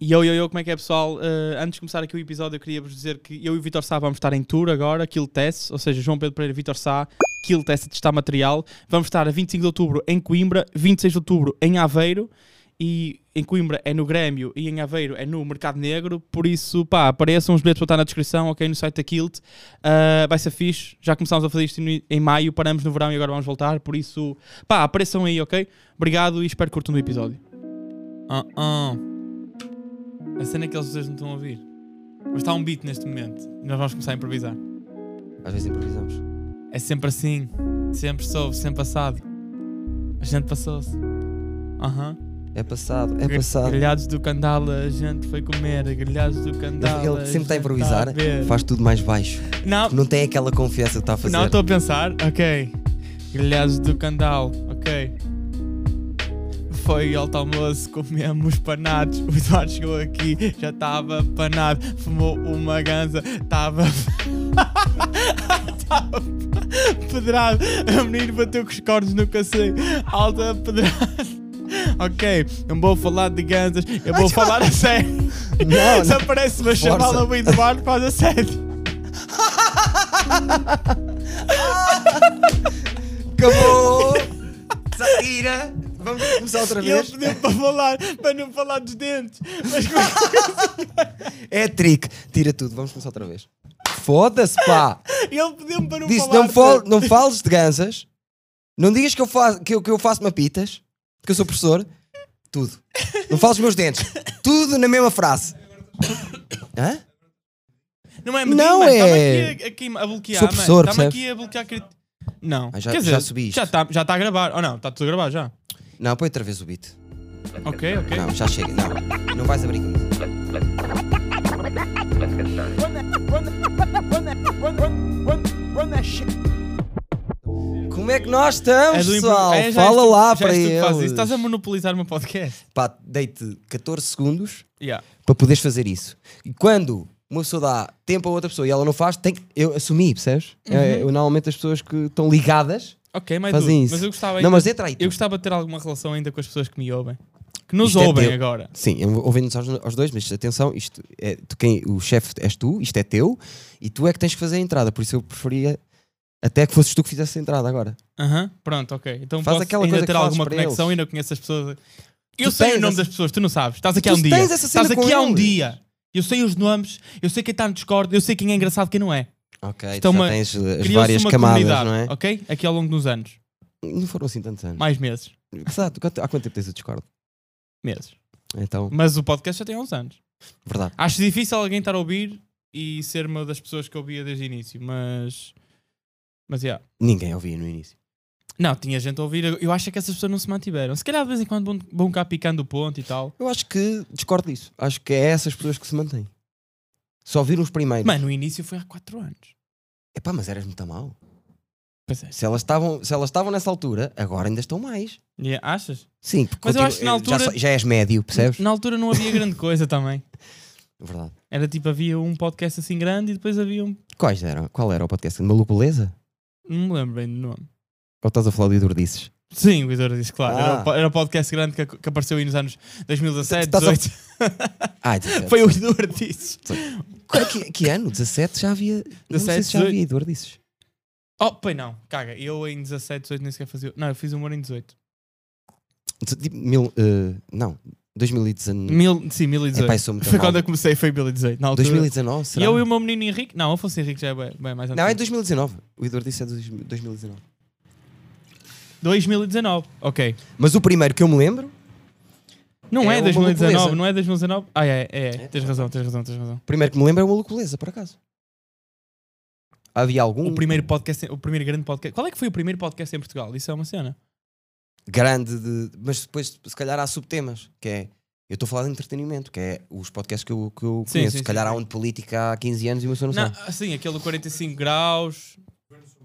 E eu, eu, eu, como é que é pessoal? Uh, antes de começar aqui o episódio, eu queria vos dizer que eu e o Vitor Sá vamos estar em tour agora, Kill Test, ou seja, João Pedro Pereira e Vitor Sá, Kill Test a testar material. Vamos estar a 25 de outubro em Coimbra, 26 de outubro em Aveiro e em Coimbra é no Grêmio e em Aveiro é no Mercado Negro. Por isso, pá, apareçam os bilhetes para estar na descrição, ok? No site da Kilt. Uh, vai ser fixe. Já começámos a fazer isto no- em maio, paramos no verão e agora vamos voltar. Por isso, pá, apareçam aí, ok? Obrigado e espero que curtam o episódio. Ah, ah. A cena é que eles dois não estão a ouvir. Mas está um beat neste momento e nós vamos começar a improvisar. Às vezes improvisamos. É sempre assim. Sempre soube, sempre passado. A gente passou-se. Aham. É passado, é passado. Grelhados do Candala, a gente foi comer. Grelhados do Candala. Ele sempre está a gente improvisar, tá a ver. faz tudo mais baixo. Não, Não tem aquela confiança que está a fazer. não estou a pensar. Ok. Grelhados do Candal, ok. Foi ao almoço, comemos panados. O Eduardo chegou aqui, já estava panado. Fumou uma ganza, estava. Estava pedrado. O menino bateu com os cornos no cacete. Alta pedrada. Ok, não vou falar de ganzas, eu vou falar a sério. Não, Se não. aparece uma Força. chavala do Eduardo, faz a sério. Acabou! Satira! Vamos começar outra E ele vez. pediu para falar, para não falar dos dentes. Mas como é É trick. Tira tudo, vamos começar outra vez. Foda-se, pá! que ele pediu para não Disse, falar? não, fal- não fales de gansas. Não digas que eu, faço, que, eu, que eu faço mapitas, porque eu sou professor. Tudo. Não fales dos meus dentes. Tudo na mesma frase. Hã? Não é, Não mano, é. Estava aqui a, a queima- a bloquear, Sou mano. professor, Estava percebes? aqui a bloquear. crit- Não, Ah, já- quer dizer, já subi isto. Já está já tá a gravar. Oh não, está tudo a gravar já. Não, põe outra vez o beat. Ok, ok. Não, já chega. Não, não vais abrir com isso. Como é que nós É estamos, do impro- pessoal? É, já és Fala tu- lá já para és tu que eles. fazes isso. Estás a monopolizar o meu podcast. Pá, dei-te 14 segundos Yeah. para poderes fazer isso. E quando uma pessoa dá tempo a outra pessoa e ela não faz, tem que... Eu assumi, percebes? É, eu, normalmente as pessoas que estão ligadas Ok, mas, fazem du- isso. Uhum. mas eu gostava Não, ainda, mas é entra aí. tu. eu gostava de ter alguma relação ainda com as pessoas que me ouvem. Que nos Isto é ouvem teu. agora. Sim, eu- ouvindo-nos aos, aos dois, mas atenção, isto é, tu, quem, o chefe és tu, isto é teu, e tu é que tens que fazer a entrada, por isso eu preferia até que fosses tu que fizesse a entrada agora. Aham, pronto, ok. Então Faz posso aquela ainda coisa ter que fazes alguma para conexão, eles. ainda conheço as pessoas. Eu Tu sei o tens nome essa- das pessoas, tu não sabes. Estás aqui há Tu um dia. tens essa cena Estás com aqui há um eles. dia. Eu sei os nomes, eu sei quem está no Discord, eu sei quem é engraçado e quem não é. Ok, Isto é tu já uma- tens eh, as Criou-se várias uma camadas, comunidade, não é? ok? Aqui ao longo dos anos. Não foram assim tantos anos. Mais meses. Exato, quanto- há quanto tempo tens o Discord? Meses. Então, Mas o podcast já tem há uns anos. verdade. Acho difícil alguém estar a ouvir e ser uma das pessoas que ouvia desde o início, mas. Mas, yeah. Ninguém ouvia no início. Não, tinha gente a ouvir. Eu acho é que essas pessoas não se mantiveram. Se calhar de vez em quando vão, vão cá picando o ponto e tal. Eu acho que discordo disso. Acho que é essas pessoas que se mantêm. Só viram os primeiros. Mano, no início foi há 4 anos. Epá, mas eras muito mal. Pois é. Se elas estavam se elas estavam nessa altura, agora ainda estão mais. Yeah, achas? Sim, porque Mas eu continu- acho que na já altura- só- já és médio, percebes? Na altura não havia grande coisa também. Verdade. Era tipo, havia um podcast assim grande e depois havia um. Quais eram? Qual era o podcast? Maluco Beleza? Não me lembro bem do nome. Ou estás a falar de Idordices? Sim, o Eduardo disse, claro. Era, Ah. o, po- era o podcast grande que, ac- que apareceu aí nos anos 2017, Estás a- 2018. Ah, 17. Foi o Eduardo disse. Qual é que, que ano? 17 já havia. 17 17, se já havia Idordices. Oh, pois não, caga. Eu em 17, 18 nem sequer fazia. Não, eu fiz humor em 18. Tipo, mil, eh, não, 2019. Mil, sim, 1018. Hum. Epá, eu sou muito foi mal. quando eu comecei, foi 2018. Na altura. 2019, E será? eu e o meu menino Henrique. Não, Afonso Henrique já é bem, bem mais Não, é antigo. 2019. O Idordices é de 2019. 2019. Ok. Mas o primeiro que eu me lembro, Não é, É o 2019, Maluco não é 2019. Ah, é, é, é. É. Tens razão, tens razão, tens razão. o primeiro que me lembro é o Maluco Beleza, por acaso. Havia algum O primeiro podcast, o primeiro grande podcast. Qual é que foi o primeiro podcast em Portugal? Isso é uma cena. grande de. Mas depois, se calhar, há subtemas, que é. Eu estou a falar de entretenimento, que é os podcasts que eu, que eu Sim, conheço. sim, se calhar sim. há um de política há 15 anos e o meu senhor não Não, sabe. assim, aquele do 45 graus,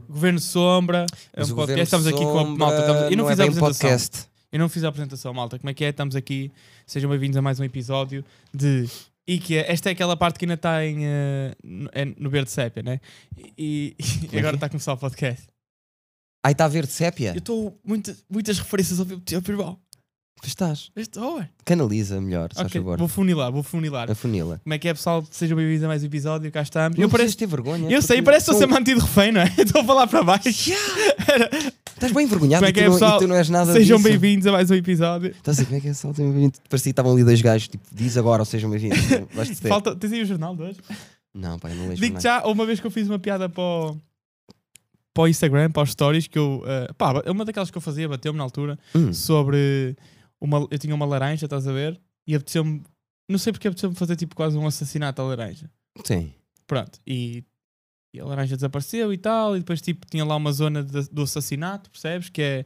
Governo Sombra, é Mas um o Governo podcast. Estamos aqui com a Sombra malta. Estamos, eu não, é fiz a bem um apresentação. podcast. Eu não fiz a apresentação, malta. Como é que é? Estamos aqui. Sejam bem-vindos a mais um episódio de IKEA. Esta é aquela parte que ainda está em, eh, no- é no verde sépia, né? E, e que é? agora está a começar o podcast. Aí está a ver de sépia. Eu estou muitas muitas referências ao mesmo tempo, irmão. Pois Estás. Este horror. Canaliza melhor, se faz Ok, favor. vou funilar, vou funilar. A funila. Como é que é, pessoal? Sejam bem-vindos a mais um episódio, cá estamos. Não Eu, precisas pareço, ter vergonha. eu sei, porque um- parece que estou são- ser mantido refém, não é? Estou a falar para baixo. Estás bem envergonhado Como é e que tu, é, não, pessoal? e tu não és nada Sejam disso. bem-vindos a mais um episódio. Estás a ver como é que é só sejam bem-vindos? Parecia que estavam ali dois gajos, tipo, diz agora ou sejam bem-vindos. Vais-te ter. Falta, tens aí o jornal de hoje? Não, pá, eu não leio Digo jornais. já, uma vez que eu fiz uma piada para o, para o Instagram, para os stories, que eu. eh, pá, uma daquelas que eu fazia, bateu-me na altura, Hum. sobre. Uma, eu tinha uma laranja, estás a ver? E apeteceu-me. Não sei porque apeteceu-me fazer tipo quase um assassinato à laranja. Sim. Pronto, e, e a laranja desapareceu e tal, e depois tipo tinha lá uma zona de- do assassinato, percebes? Que é.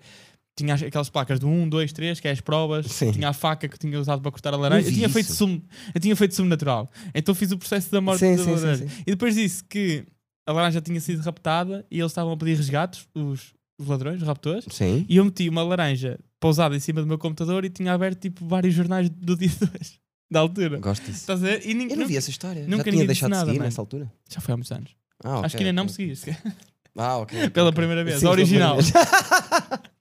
Tinha as- aquelas placas do 1, 2, 3, que é as provas. Sim. Tinha a faca que tinha usado para cortar a laranja. Eu Eu vi tinha, feito isso. sumo, eu tinha feito sumo natural. Então fiz o processo da morte Sim, da sim, sim, laranja. sim. E depois disse que a laranja tinha sido raptada e eles estavam a pedir resgates, os, os ladrões, os raptores. Sim. E eu meti uma laranja pousada em cima do meu computador e tinha aberto tipo vários jornais do dia 2, da altura. Gosto disso. Estás a ver? E ninguém. Eu não vi essa história. nunca Já tinha ninguém disse deixado de nada, seguir mano. nessa altura? Já foi há muitos anos. Ah, Acho que ok, ainda não me ok. seguiste. Ah, ok. ok, Pela ok. primeira vez, Sim, pela original. primeira vez.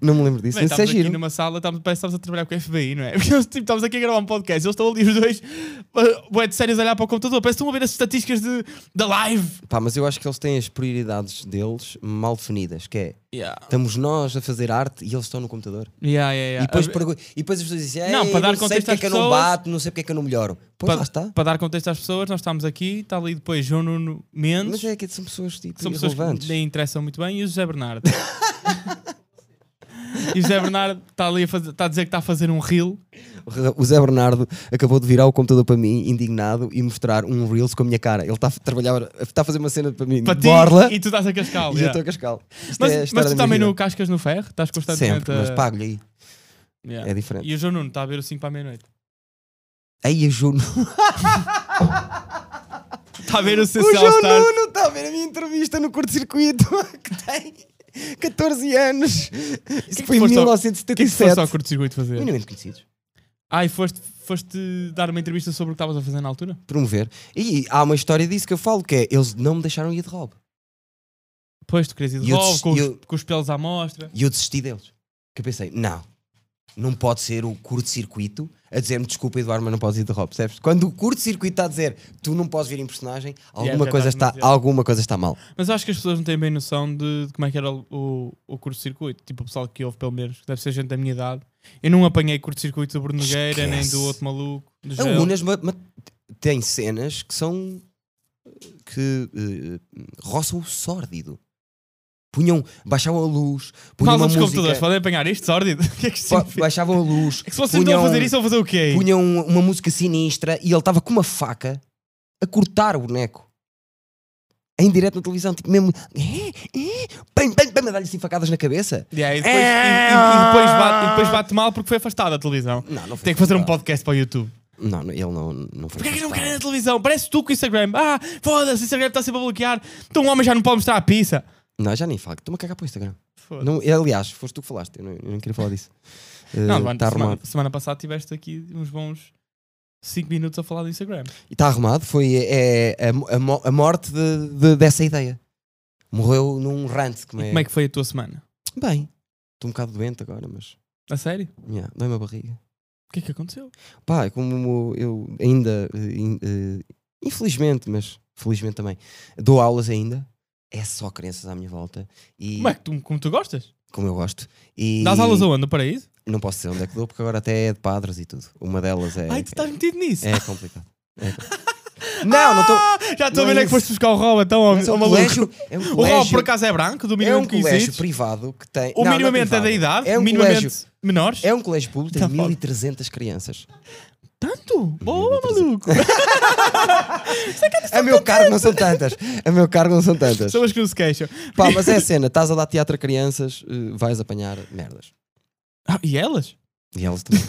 não me lembro disso. Bem, Mas isso é estamos aqui giro. numa sala, estamos, parece que estamos a trabalhar com o FBI, não é? Porque eles, tipo, estamos aqui a gravar um podcast, eles estão ali os dois, uh, bué de sérios a olhar para o computador, parece que estão a ver as estatísticas de, da live. Pá, mas eu acho que eles têm as prioridades deles mal definidas, que é Yeah. estamos nós a fazer arte e eles estão no computador. Yeah, yeah, yeah. E depois, A- pergu- e depois as pessoas dizem, Não, "Ei, para dar sei contexto porque é às que eu não pessoas- bato, não sei porque é que eu não melhoro. Pois para, lá está. para dar contexto às pessoas, nós estamos aqui, está ali depois João Nuno Mendes, Mas é que são pessoas tipo, que são pessoas irrelevantes. que nem interessam muito bem, e o José Bernardo. e o José Bernardo está ali a, fazer, está a dizer que está a fazer um reel. O Zé Bernardo acabou de virar o computador para mim, indignado, e mostrar um Reels com a minha cara. Ele está a trabalhar, está a fazer uma cena para mim Para de ti, borla e, e tu estás a cascá-lo. eu yeah. estou a cascá-lo. Isto Mas, é a mas história tu da também minha não vida. cascas no ferro? Estás constantemente Sempre, a... mas pago-lhe aí. Yeah. É diferente. E o João Nuno está a ver o 5 para a meia-noite. Aí eu juro. Está Tá a ver o O CCL João Star. Nuno está a ver a minha entrevista no curto-circuito que tem 14 anos. Isso que foi em foste ao- O que é que foste 1977. ao curto-circuito fazer? Minimamente conhecidos. Ah, e foste, foste dar uma entrevista sobre o que estavas a fazer na altura? Promover. E há uma história disso que eu falo que é: eles não me deixaram ir de robe. Pois, tu querias ir de E eu rol, desisti- com, os- eu- com os pelos à mostra. E eu desisti deles. Que eu pensei: não, não pode ser o curto-circuito a dizer-me desculpa, Eduardo, mas não podes ir de robe. Percebes? Quando o curto-circuito está a dizer tu não podes vir em personagem, alguma, já coisa, estás-me a está, dizer. alguma coisa está mal. Mas eu acho que as pessoas não têm bem noção de, de como é que era o, o, o curto-circuito. Tipo, o pessoal que ouve, pelo menos, que deve ser gente da minha idade. Eu não apanhei curto-circuito do Bruno Nogueira, nem Esquece. do outro maluco. Do A Gel. Unas ma- ma- tem cenas que são que eh, roçam o sórdido. Punham, baixavam a luz, punham Falam uma dos computadores, música, um podem apanhar isto, sórdido. O que é que isto ba- significa? baixavam a luz, É que se vocês estão a um fazer isso, vão fazer o quê? punham um, uma música sinistra e ele estava com uma faca a cortar o boneco. Em direto na televisão, tipo mesmo, eh, eh, pam, pam, pam, a dar-lhe assim facadas na cabeça. Yeah, e, depois, e- e- e depois bate, e depois bate mal porque foi afastado da televisão. Não, não foi Tem que fazer um afastado. podcast para o YouTube. Não, não, ele não, não foi. Porquê é que não afastado. querem na televisão? Parece tu com o Instagram. Ah, foda-se, o Instagram está sempre a bloquear. Então o homem já não pode mostrar a pizza. Não, já nem falo, estou-me a cagar para o Instagram. Foda-se. Não, aliás, foste tu que falaste, eu não, eu não queria falar disso. Não, Eh, mano, Está semana, arrumado. semana passada tiveste aqui uns bons 5 minutos a falar do Instagram. E Está arrumado, foi é, a, mo- a mo- a morte de- de- dessa ideia. Morreu num rant. Como E é, como é que foi a tua semana? Bem, estou um bocado doente agora, mas. A sério? Yeah, dói-me a barriga. O que é que aconteceu? Pá, como eu ainda. eh, in- eh, infelizmente, mas felizmente também, dou aulas ainda. É só crianças à minha volta. E, Como é que tu, como tu gostas? Como eu gosto. E Dás aulas aonde? No paraíso? Não posso dizer onde é que dou, porque agora até é de padres e tudo. Uma delas é. Ai, tu estás metido nisso. É complicado. É complicado. não, não estou. Ah, já estou a Não ver onde é é que isso. foste buscar o Rob, então, ó, Mas é ó um maluco. colégio, é um O Rob, colégio, por acaso, é branco, do é um mínimo que colégio existe. privado que tem. Ou não, não minimamente é da privado. idade, É um minimamente colégio. menores. É um colégio público, tem Tá foda. 1300 crianças. Tanto? Boa, maluco! A meu cargo não são tantas. A meu cargo não são tantas. Pessoas que não se queixam. Pá, mas é a cena, estás a dar teatro a crianças, eh, vais apanhar merdas. Ah, e elas? E elas também.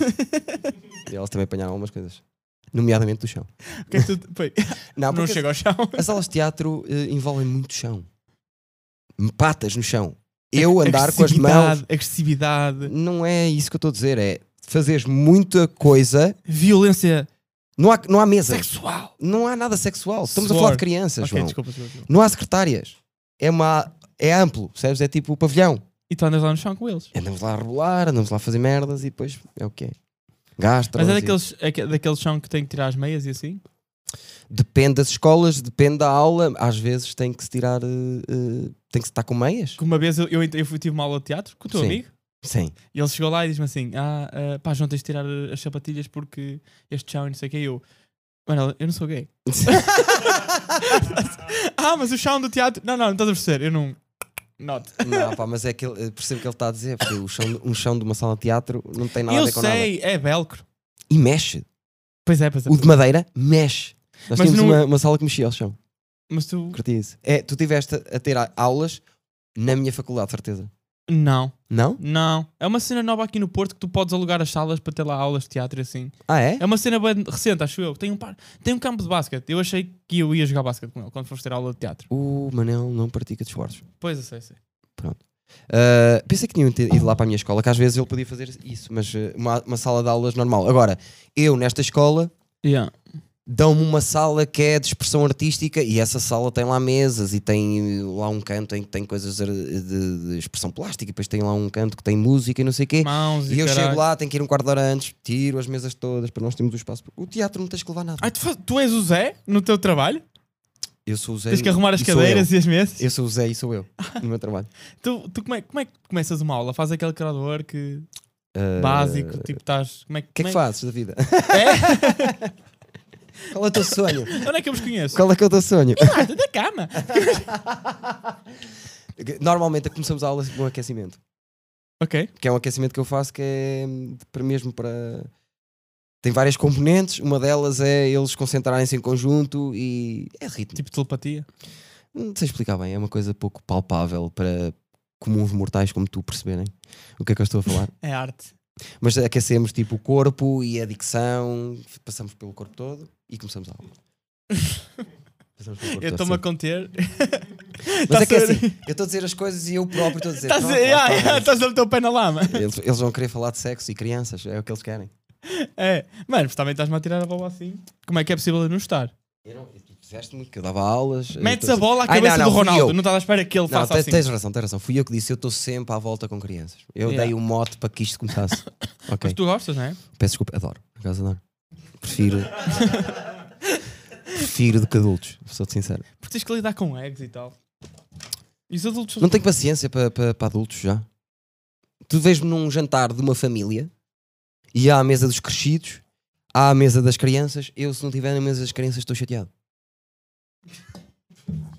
e elas também apanharam algumas coisas. Nomeadamente do chão. O que é que tu- Peraí, Não, não porque chega ao chão. as aulas de teatro eh, envolvem muito chão. Patas no chão. Eu andar com as mãos. Agressividade, Agressividade, Não é isso que eu estou a dizer, é fazeres muita coisa. violência Não há, não há mesas. sexual. Não há nada sexual. Estamos a Suor. falar de crianças, Ok, João. desculpa, desculpa. desculpa. Não há secretárias. É, uma, é amplo, percebes? É tipo o pavilhão. E tu andas lá no chão com eles. Andamos lá a rebolar, andamos lá a fazer merdas e depois é o que é. Gastro. Mas é daqueles, é que- daquele chão que tem que tirar as meias e assim? Depende das escolas, depende da aula. Às vezes tem que se tirar. eh, eh, tem que se estar com meias. Que uma vez eu, eu, entrei- eu fui, tive uma aula de teatro com o teu Sim. amigo Sim. e ele chegou lá e diz-me assim: Ah, ah, pá, João, tens de tirar as sapatilhas porque este chão e não sei o que. eu, mano, eu não sou gay. ah, mas o chão do teatro. Não, não, não estás a perceber. Eu não. Not. não, pá, mas é que ele, eh, percebo o que ele está a dizer. Porque o chão, um chão de uma sala de teatro não tem nada a eu ver com nada. sei, é velcro. E mexe. Pois é, pois é. O de madeira mexe. Nós Mas tínhamos não- uma, uma sala que mexia ao chão. Mas tu. Curti isso. É, tu tiveste a ter a- aulas na minha faculdade, de certeza. Não, Não? não. É uma cena nova aqui no Porto que tu podes alugar as salas para ter lá aulas de teatro e assim. Ah, é? É uma cena bem recente, acho eu. Tem um, par... Tem um campo de basquete. Eu achei que eu ia jogar basquete com ele quando foste ter aula de teatro. O Manel não pratica desportos. Pois eu sei, sei. Uh, pensei que tinham ido ido lá para a minha escola, que às vezes ele podia fazer isso, mas uh, uma, uma sala de aulas normal. Agora, eu nesta escola Yeah. dão-me uma sala que é de expressão artística e essa sala tem lá mesas e tem lá um canto em que tem coisas ar- de, de expressão plástica e depois tem lá um canto que tem música e não sei o quê. Mãos e, E eu caralho. chego lá, tenho que ir um quarto de hora antes, tiro as mesas todas para nós termos o espaço. O teatro não tens que levar nada. Ai, tu, faz- tu és o Zé no teu trabalho? Eu sou o Zé. Tens que arrumar as e sou eu. cadeiras e as mesas? Eu sou o Zé e sou eu no meu trabalho. Tu, tu como, é, como é que tu começas uma aula? Faz aquele criador que... Básico, tipo, estás... Como é, O Eh, que é que como fazes da vida? é Qual é o teu sonho? É? Onde é que eu vos conheço? Qual é que é o teu sonho? Ah, da cama. Normalmente começamos a aula com um aquecimento. ok. Que é um aquecimento que eu faço que é hum, para mesmo para. Tem várias componentes, uma delas é eles concentrarem-se em conjunto e é ritmo. Tipo telepatia. Não sei explicar bem, é uma coisa pouco palpável para comuns mortais como tu perceberem o que é que eu estou a falar. É arte. Mas aquecemos tipo o corpo e a dicção, passamos pelo corpo todo e começamos a aula. Passamos pelo corpo Eu todo, estou-me a sim. conter. Mas é que é Estás a- assim, eu estou a dizer as coisas e eu próprio estou a dizer. Estás a "Pronto, lá está, ah, é, mas- estás a meter o pé na lama. Eles, eles vão querer falar de sexo e crianças, é o que eles querem. É. Mano, mas também estás-me a tirar a bola assim. Como é que é possível eu não estar? Eu não, tu fizeste-me que eu dava aulas. eu Metes tô- a bola à Ai, não, cabeça não, do fui Ronaldo. eu. Não estás à espera que ele Não, faça te- assim. tens razão, tens razão. Fui eu que disse, eu estou sempre à volta com crianças. Eu Yeah. dei o mote para que isto começasse. ok, Mas tu gostas, não é? peço desculpa, adoro. Por acaso adoro. Prefiro. Prefiro do que adultos, sou sincero. Porque tens que lidar com eggs e tal. E os adultos são... Não tenho paciência para para- para adultos já. Tu vês-me num jantar de uma família e há a mesa dos crescidos, há a mesa das crianças. Eu, se não tiver na mesa das crianças, estou chateado.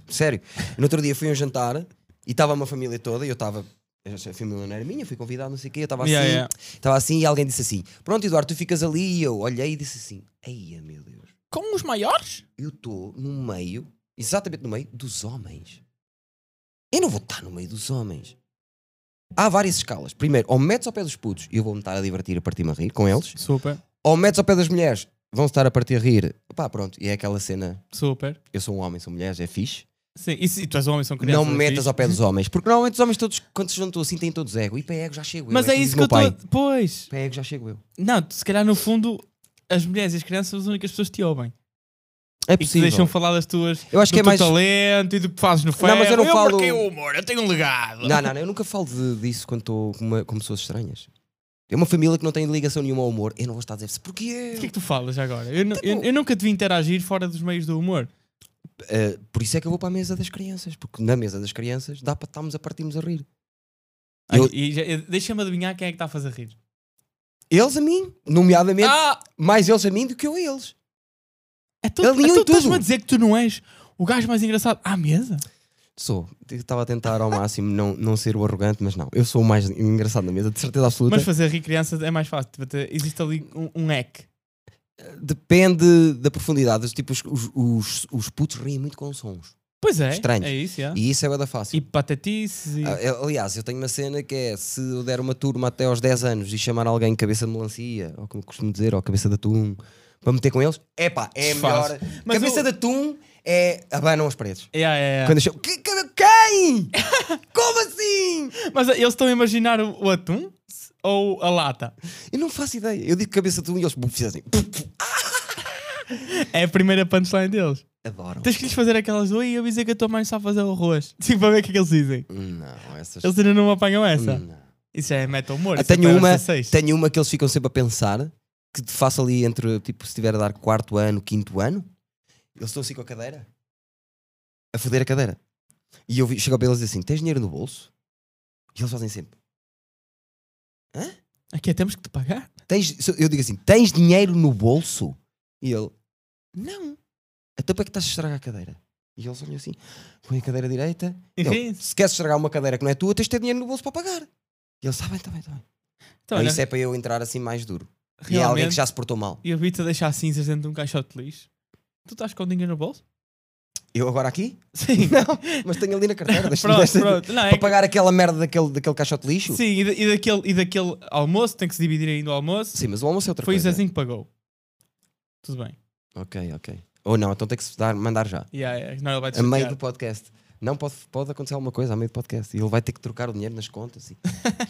Sério. No outro dia fui a um jantar e estava uma família toda e eu estava. A família não era minha, fui convidado, não sei o quê. Eu estava assim, Yeah, estava yeah. assim e alguém disse assim: Pronto, Eduardo, tu ficas ali. E eu olhei e disse assim: Eia, meu Deus, Com os maiores? eu estou no meio, exatamente no meio, dos homens. Eu não vou estar no meio dos homens. Há várias escalas. Primeiro, ou me metes ao pé dos putos e eu vou-me estar a divertir a partir-me a rir com eles, Super, ou me metes ao pé das mulheres, vão estar a partir a rir. Pá, pronto, e é aquela cena. super. Eu sou um homem, sou mulheres, é fixe. Sim, e se tu és homem, são crianças. não me é metas fixe. ao pé dos homens, porque normalmente os homens todos, quando se juntam assim, têm todos ego. E para ego já chego eu. Mas é como isso diz que eu meu pai. estou. Pois. Para ego já chego eu. Não, tu- se calhar no fundo, as mulheres e as crianças são as únicas pessoas que te ouvem. É E que te deixam possível. falar das tuas. Eu acho do que é teu mais. talento e do que fazes no ferro. mas eu não falo- marquei o humor, eu tenho um legado. Não, não, não, eu nunca falo de- disso quando estou com, uma- com pessoas estranhas. É uma família que não tem ligação nenhuma ao humor. Eu não vou estar a dizer-se O que é porquê. que tu falas agora? Eu, nu- Tipo- eu, eu nunca te vi interagir fora dos meios do humor. Ah, por isso é que eu vou para a mesa das crianças, porque na mesa das crianças dá para estarmos a partirmos a rir. Ai, Eu- e já- e Deixa-me adivinhar quem é que está a fazer rir. Eles a mim, nomeadamente, Ah! mais eles a mim do que eu a eles. É tu, Alinhou então tudo. estás-me a dizer que tu não és o gajo mais engraçado à mesa? Sou, eu estava a tentar ao máximo não, não ser o arrogante, mas não. Eu sou o mais engraçado na mesa, de certeza absoluta. Mas fazer rir crianças é mais fácil. tipo, te- Existe ali um, um hack. Depende da profundidade. Tipo, os, os, os, os putos riem muito com sons. Pois é. Estranhos. É isso, já. E isso é bué da fácil. E patetices e. Ah, eu- Aliás, eu tenho uma cena que é se eu der uma turma até aos 10 anos e chamar alguém cabeça de melancia, ou como costumo dizer, ou cabeça de atum, para meter com eles, é pá, é Desfaz. melhor. Mas É. cabeça eu- de atum é abanam as paredes. Yeah, yeah, yeah. Quando eu chamo, "Que- que- quem? como assim? Mas eles estão a imaginar o, o atum ou a lata? Eu não faço ideia. Eu digo cabeça de atum e eles bum, fizem assim. É a primeira punchline deles. Adoram. Tens que lhes fazer aquelas do e eu dizer que a tua mãe sabe fazer o arroz. Sim, para ver o que é que eles dizem. Não, essas. Eles ainda não apanham essa. Não. Isso já é metal humor. Ah, isso é tenho, para uma, vocês. tenho uma que eles ficam sempre a pensar que te faço ali entre, tipo, se estiver a dar quarto ano, quinto ano, eles estão assim com a cadeira a foder a cadeira. E eu vi- chego para eles e digo assim: tens dinheiro no bolso? E eles fazem sempre: Aqui é, temos que te pagar. tens, se eu digo assim: tens dinheiro no bolso? E ele: não, até para que estás a estragar a cadeira? E eles olham assim: põe a cadeira direita. Eu, Enfim. se queres estragar uma cadeira que não é tua, tens de ter dinheiro no bolso para pagar. E eles: está bem, está bem, está bem. Então, Então, olha, isso é para eu entrar assim mais duro. E é alguém que realmente, já se portou mal. eu vi-te a deixar cinzas dentro de um caixote de lixo. Tu estás com dinheiro no bolso? Eu agora aqui? Sim. Não, mas tenho ali na carteira. deixa-me- pronto, deixa- pronto. Não, é Para que- pagar aquela merda daquele, daquele caixote de lixo? Sim, e, da- e daquele, e daquele almoço, tem que se dividir ainda o almoço. Sim, mas o almoço é outra Foi o coisa. Zezinho que pagou. Tudo bem. Ok, ok. Ou não, então tem que se dar, mandar já. Yeah, yeah, senão ele vai te A meio chatear. do podcast. Não, pode, pode acontecer alguma coisa a meio do podcast. E ele vai ter que trocar o dinheiro nas contas e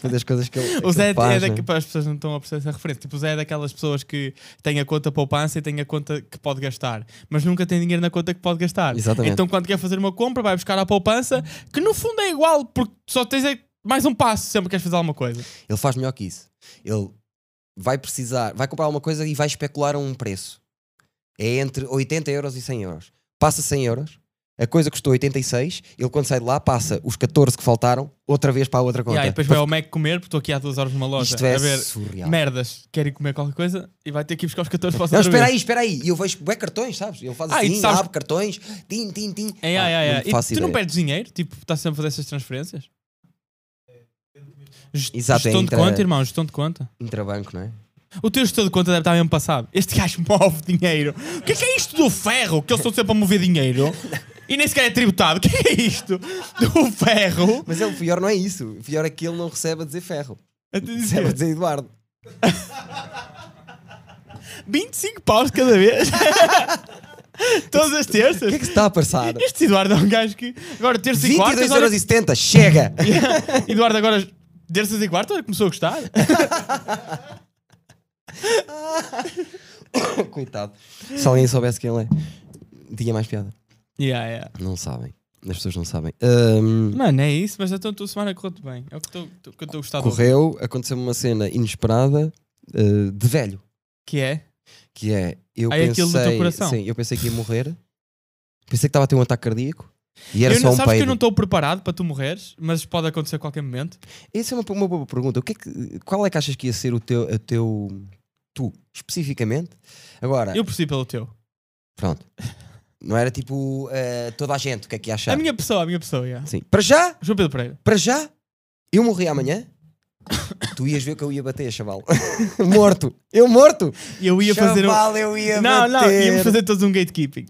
fazer as coisas que ele, que O Zé ele é, faz. daqu- né? para as pessoas não estão a perceber essa referência. Tipo, o Zé é daquelas pessoas que tem a conta poupança e tem a conta que pode gastar, mas nunca tem dinheiro na conta que pode gastar. Exatamente. Então, quando quer fazer uma compra, vai buscar a poupança, que no fundo é igual, porque só tens é mais um passo sempre que queres fazer alguma coisa. Ele faz melhor que isso. Ele vai precisar, vai comprar alguma coisa e vai especular a um preço. É entre 80 euros e 100 euros. Passa 100 euros, a coisa custou 86, ele quando sai de lá passa os 14 que faltaram outra vez para a outra conta. Yeah, e depois vai ao Mac comer, porque estou aqui há duas horas numa loja Isto é a ver surreal. merdas, querem comer qualquer coisa e vai ter que ir buscar os 14 para Não, outra espera vez. aí, espera aí. E eu vejo bué cartões, sabes? Ele faz Ah, e tu assim, sabes- abre cartões, tim, tim, tim. É, é, Ah, é, é. não E faço tu não ideia. perdes dinheiro? Tipo, estás sempre a fazer essas transferências? Gest- Exato, é gestão de intra- conta, irmão, gestão de conta. Intrabanco, não é? O teu gestor de conta deve estar mesmo passado. Este gajo move dinheiro. O que é, que é isto do ferro? Que eles estão sempre a mover dinheiro e nem sequer é tributado. O que é isto do ferro? Mas ele, o pior não é isso. O pior é que ele não recebe a dizer ferro. A te Recebe a dizer, dizer Eduardo. 25 paus cada vez. Todas as O que é terças. que se está a passar? Este Eduardo é um gajo que. Agora, terça e quarta. 22,70€, chega! Eduardo, agora, terças e quarta, começou a gostar. Coitado. Se alguém soubesse quem ele é, tinha mais piada. Yeah, yeah. Não sabem. As pessoas não sabem. Ahm, Mano, é isso, mas então a tua semana correu-te bem. É o que estou- que eu estou a gostar de ouvir. correu, aconteceu uma cena inesperada ah, de velho. Que é? Que é, eu Ah, é pensei. aquilo do teu coração? Sim, eu pensei que ia morrer. Pensei que estava a ter um ataque cardíaco. E era eu só não, um sabes que eu peido. não estou preparado para tu morreres, mas pode acontecer a qualquer momento. Essa é uma, uma boa pergunta. O que é que- qual é que achas que ia ser o teu. O teu tu, especificamente? Agora, Eu percebi pelo teu. pronto. Não era tipo eh, toda a gente o que é que ia achar. A minha pessoa, a minha pessoa, yeah. Sim. Para já, João Pedro Pereira. para já, eu morri amanhã. tu ias ver que eu ia bater, chaval. morto. Eu morto. E eu ia fazer um. chaval, eu ia Não, bater. não, íamos fazer todos um gatekeeping.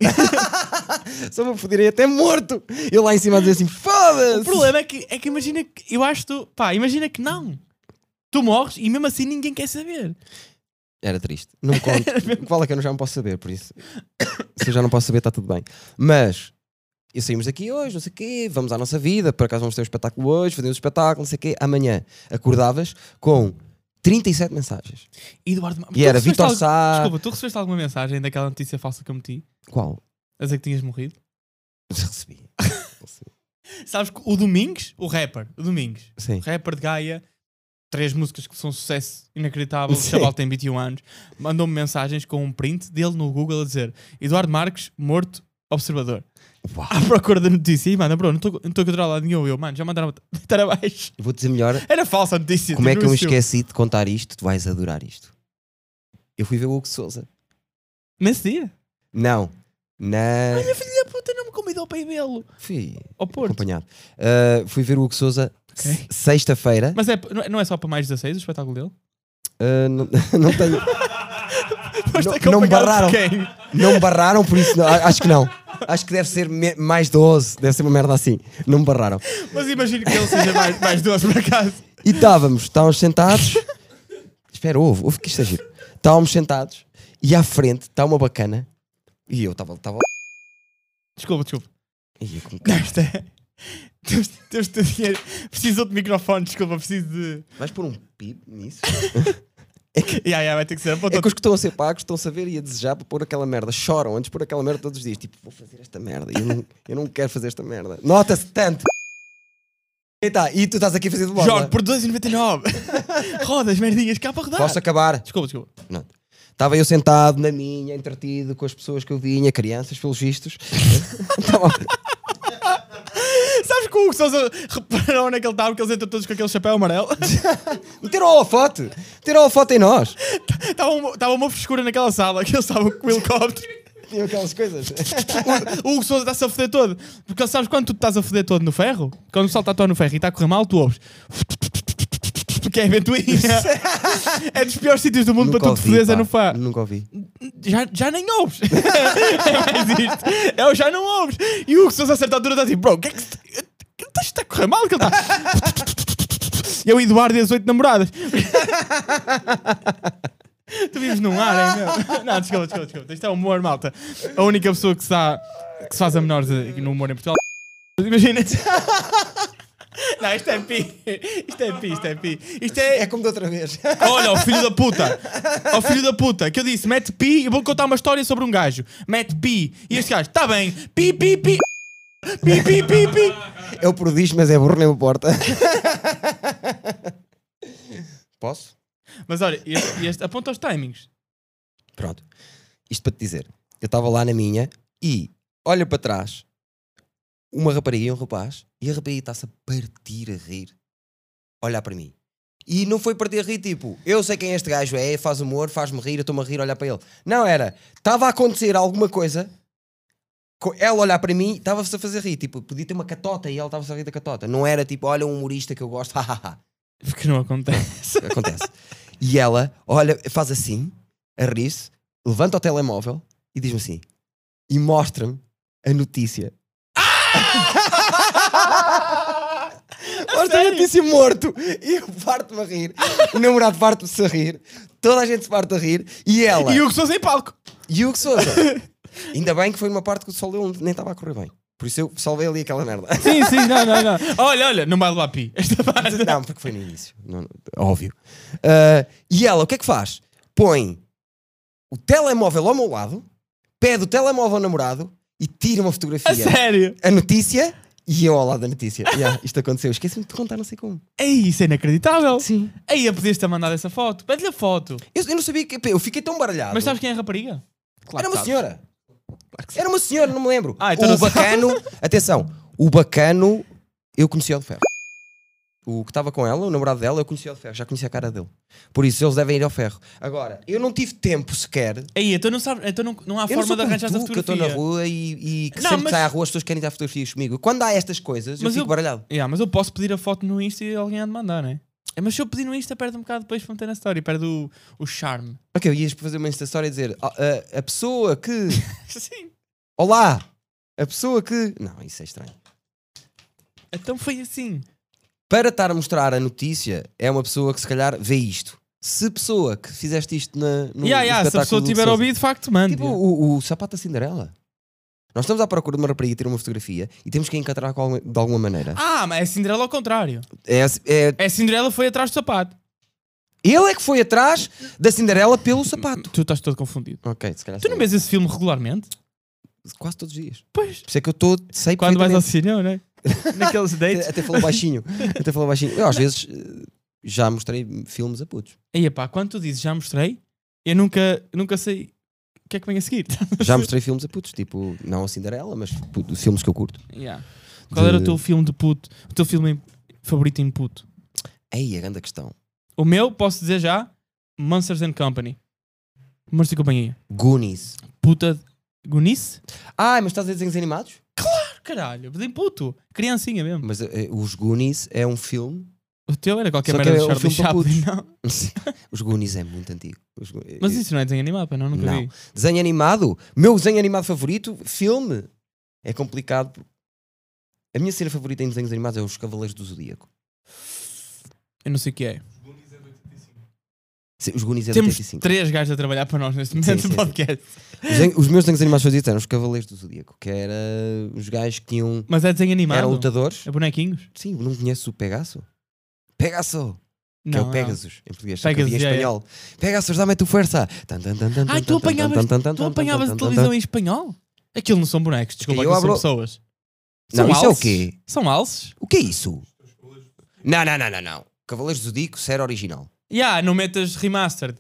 Só me foderei até morto. Eu lá em cima a dizer assim, foda-se. o problema é que, é que imagina que. Eu acho que tu. Pá, imagina que não. Tu morres e mesmo assim ninguém quer saber. Era triste. Não me conto. Qual é que eu já não posso saber, por isso. Se eu já não posso saber, está tudo bem. Mas, e saímos daqui hoje, não sei o quê, vamos à nossa vida, por acaso vamos ter um espetáculo hoje, fazemos um espetáculo, não sei o quê. Amanhã acordavas com 37 mensagens. E Eduardo. tu E era recebeste Vitor algo- Sá. Desculpa, tu recebeste alguma mensagem daquela notícia falsa que eu meti? Qual? A dizer que tinhas morrido? Recebi. Recebi. Sabes que o Domingos, o rapper, o Domingos, Sim. rapper de Gaia, três músicas que são sucesso inacreditável, o Sim. chaval tem 21 anos, mandou-me mensagens com um print dele no Google a dizer Eduardo Marques, morto, observador. Uau. À procura da notícia. E mano, bro, não estou a controlar lado nenhum. Eu, mano, já mandaram estar abaixo. Eu Vou dizer melhor Era falsa a notícia. como é que eu me denúncio. esqueci de contar isto, tu vais adorar isto. Eu fui ver o Hugo Souza. Nesse dia. Não. Na. Olha, filho da puta, não me convidou para ir vê-lo. Fui Ao Porto. acompanhado. Uh, fui ver o Hugo Souza Ok. se- sexta-feira. Mas é, não é- não é só para mais 16 o espetáculo dele? Uh, não, não tenho. Foste Não- acompanhado não me de barraram. quem? Não me barraram, por isso não- a- acho que não. Acho que deve ser me- mais 12, deve ser uma merda assim. Não me barraram. Mas imagino que ele seja mais, mais 12 por acaso. E estávamos, estávamos sentados. Espera, ouve, ouve que isto é giro. Estávamos sentados e à frente está uma bacana. E eu estava. estava... Desculpa, desculpa. Ia com Não, isto é. Temos, temos de ter dinheiro. Preciso de outro microfone, desculpa, preciso de. Vais pôr um pib nisso? Yeah, yeah, vai ter que ser É apontado. que os que estão a ser pagos estão a saber e a desejar para pôr aquela merda. Choram antes de pôr aquela merda todos os dias. Tipo, vou fazer esta merda. Eu não, eu não quero fazer esta merda. Nota-se tanto. E, tá, e tu estás aqui a fazer de bola. Jogo por 2,99. Rodas, merdinhas, cá para rodar. Posso acabar? Desculpa, desculpa. Estava eu sentado na minha, entretido com as pessoas que eu vinha, crianças, pelos vistos. Estava- Sabes que o Hugo Sousa reparou naquele tab que eles entram todos com aquele chapéu amarelo? Meteram a foto! Meteram a foto em nós! Estava uma, estava uma frescura naquela sala que eles estavam com o helicóptero. Tinham aquelas coisas. O Hugo Sousa está-se a foder todo. Porque sabes quando tu te estás a foder todo no ferro? Quando o pessoal está todo no ferro e está a correr mal, tu ouves. Que é a ventoinha. é dos piores sítios do mundo para tu te foderes é no pá. ferro. Nunca ouvi. Já, já nem ouves. é mais isto. É o já não ouves. E o Hugo Sousa a certa altura está assim, bro, o que é que se- que estás está a correr mal? Que ele está. Eu, Eduardo e as oito namoradas. tu vives num ar, hein? meu? Não, desculpa, desculpa, desculpa. Isto é humor, malta. A única pessoa que se, dá, que se faz a menor de- no humor em Portugal. Imagina. Não, isto é pi. Isto é pi, isto é pi. Isto é. É como da outra vez. Olha, o filho da puta! O filho da puta, que eu disse, mete pi e vou contar uma história sobre um gajo. Mete pi. E este gajo, tá bem, pi, pi, pi. Pi, pi, pi, pi. É o prodígio, mas é burro nem uma porta. Posso? Mas olha, este, este- aponta os timings. Pronto. Isto para te dizer. Eu estava lá na minha e olho para trás uma rapariga e um rapaz e a rapariga está-se a partir a rir. Olhar para mim. E não foi partir a rir, tipo, eu sei quem este gajo é, faz humor, faz-me rir, eu estou-me a rir, olhar para ele. Não, era, estava a acontecer alguma coisa, co- ela olhar para mim, estava-se a fazer rir, tipo, podia ter uma catota e ela estava-se a rir da catota. Não era tipo, olha um humorista que eu gosto, hahaha. Porque não acontece. acontece. E ela olha, faz assim, a rir-se, levanta o telemóvel e diz-me assim: e mostra-me a notícia. Mostra a sério? notícia morto e eu parto-me a rir. O namorado parte-me a rir, toda a gente se parte a rir e ela E o que sou sem palco. e o que Souza. Ainda bem que foi uma parte que o sol dele nem estava a correr bem. Por isso eu salvei ali aquela merda. Sim, sim, não, não, não. Olha, olha, não vai levar pi. Esta parte. Não, porque foi no início. Não- não, óbvio. Ah, e ela, o que é que faz? Põe o telemóvel ao meu lado, pede o telemóvel ao namorado e tira uma A fotografia. sério. A, notícia e eu ao lado da notícia. Yeah, isto aconteceu. Esqueci-me de te contar, não sei como. Ei, isso é inacreditável. Sim. Ei, eu podias ter mandado essa foto. Pede-lhe a foto. Eu, eu não sabia que. Eu fiquei tão baralhado. Mas sabes quem é a rapariga? Claro Era que uma sabes. senhora. Era uma senhora, não me lembro. Ah, então o não sei. bacano, atenção, o bacano eu conhecia o de ferro. O que estava com ela, o namorado dela, eu conhecia o de ferro, já conhecia a cara dele. Por isso eles devem ir ao ferro. Agora, eu não tive tempo sequer. Ei, então não, sabes, então não, não há Eu não forma sou de arranjar essa como tu, que eu estou fotografia. na rua e, e que Não, sempre que mas- sai à rua as pessoas querem tirar fotografias comigo. Quando há estas coisas, eu Mas fico eu- baralhado. Yeah, mas eu posso pedir a foto no Insta e alguém há de mandar, né? É, mas se eu pedir no Insta, perde um bocado depois para meter na story, perde o, o charme. Ok, eu ias fazer uma instastoria e dizer "Ah, a- a pessoa que. Sim. Olá! A pessoa que. Não, isso é estranho. Então foi assim. para estar a mostrar a notícia, é uma pessoa que se calhar vê isto. Se pessoa que fizeste isto na, no yeah, yeah, se a espetáculo pessoa do tiver Sousa- ouvido, é de facto, manda. Tipo o, o sapato da Cinderela. Nós estamos à procura de uma rapariga e ter uma fotografia e temos que a encontrar com alguma- de alguma maneira. Ah, mas é Cinderela ao contrário. É, é- É Cinderela foi atrás do sapato. ele é que foi atrás da Cinderela pelo sapato. Tu estás todo confundido. Ok, se calhar Tu não sim. vês esse filme regularmente? Quase todos os dias. Por Pois. isso é que eu estou. Sei Quando vais ao cinema, perfeitamente. né? Naqueles dates. Até falou baixinho. Até falou baixinho. Eu às vezes eh, já mostrei filmes a putos. Aí, pá, quando tu dizes já mostrei, eu nunca, nunca sei o que é que vem a seguir. Já mostrei filmes a putos. Tipo, não a Cinderela, mas puto, os filmes que eu curto. Yeah. Qual era o teu filme de puto? O teu filme em- favorito em puto? Aí a grande questão. O meu, posso dizer já, Monsters and Company. Monstros e Companhia. Goonies. Puta de... Gunice? Ah, mas estás a dizer desenhos animados? Caralho, bem puto. Criancinha mesmo. Mas eh, os Goonies é um filme. O teu era qualquer Só que merda é um do Charlie filme para Chaplin, não? os Goonies é muito antigo. Os Go- eh, Mas isso não é desenho animado, pá, não? Nunca Não. vi. Desenho animado? Meu desenho animado favorito? Filme? É complicado. por- A minha cena favorita em desenhos animados é Os Cavaleiros do Zodíaco. Eu não sei o que é. Sim, Os Goonies é de Temos 85. três gajos a trabalhar para nós neste Sim, momento sim, do podcast. Os, desen- os meus desenhos animados favoritos eram Os Cavaleiros do Zodíaco, que era os gajos que tinham. Mas é desenho animado? Eram lutadores. É bonequinhos? Sim, não conheces o Pegaso? Pegaso! que é Não, o Pegasus, em português. só que Pegasus, havia em é, é. espanhol. Pegasus, dá-me tu força. Tan, tan, tan, tan, Ai, tan, tu tan, tan, apanhavas, tan, tan, tu tan, apanhavas tan, tan, televisão tan. em espanhol? Aquilo não são bonecos, desculpa, aquilo eu são abro- pessoas. Não, São isso é o alces. quê? São alces? O que é isso? Não, não, não, não, não. Cavaleiros do Dico, sério original. Ya, não metas remastered.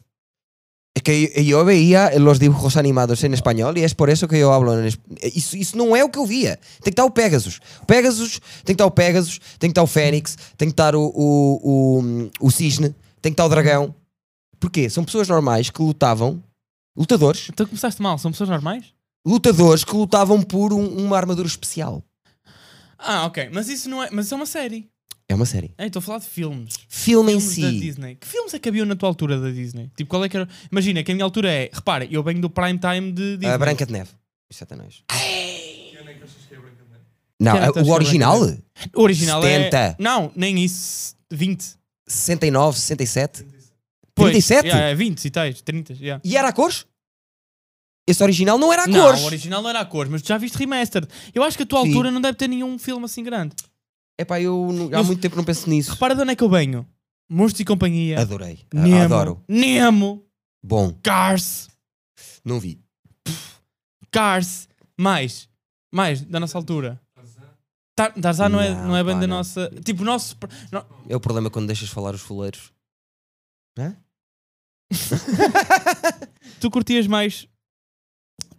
Es É que yo veía los dibujos animados en español y es por eso que yo hablo en español. Isso, isso não é o que eu via. Tem que estar o Pegasus. Pegasus, tem que estar o Pegasus, tem que estar o Fênix, tem que estar o, o, o, o Cisne, tem que estar o Dragão. Porquê? São pessoas normais que lutavam, lutadores, Então começaste mal, são pessoas normais? lutadores que lutavam por um- uma armadura especial. Ah, ok, mas isso não é. Mas isso é uma série. É uma série. É, estou a falar de filmes. Filme em filmes da si. Disney. Que filmes é que haviam na tua altura da Disney? Tipo, qual é que era? Imagina que a minha altura é. Repara, eu venho do prime time de Disney. A Branca de Neve. Os Satanás. Que ano é que Não, achas o que é a original? Branca O original é. 70. Não, nem isso. 20. 69, 67? Pois, 37? yeah, é 20 e tais, 30. yeah. E era a cores? Esse original não era a Não, cores. o original não era a cores, mas tu já viste remastered. Eu acho que a tua Sim. altura não deve ter nenhum filme assim grande. Epá, eu n- há Eu- muito tempo não penso nisso. Repara de onde é que eu venho. Monstros e Companhia. Adorei. A- Nemo, Adoro. Nemo. Bom, Cars. não vi. Cars. Mais. Mais, da nossa altura. Tar- Tarzan não, é, Não, não é bem pá, da não. nossa. Tipo, o nosso. no- É o problema quando deixas falar os fuleiros. Hã? Tu curtias mais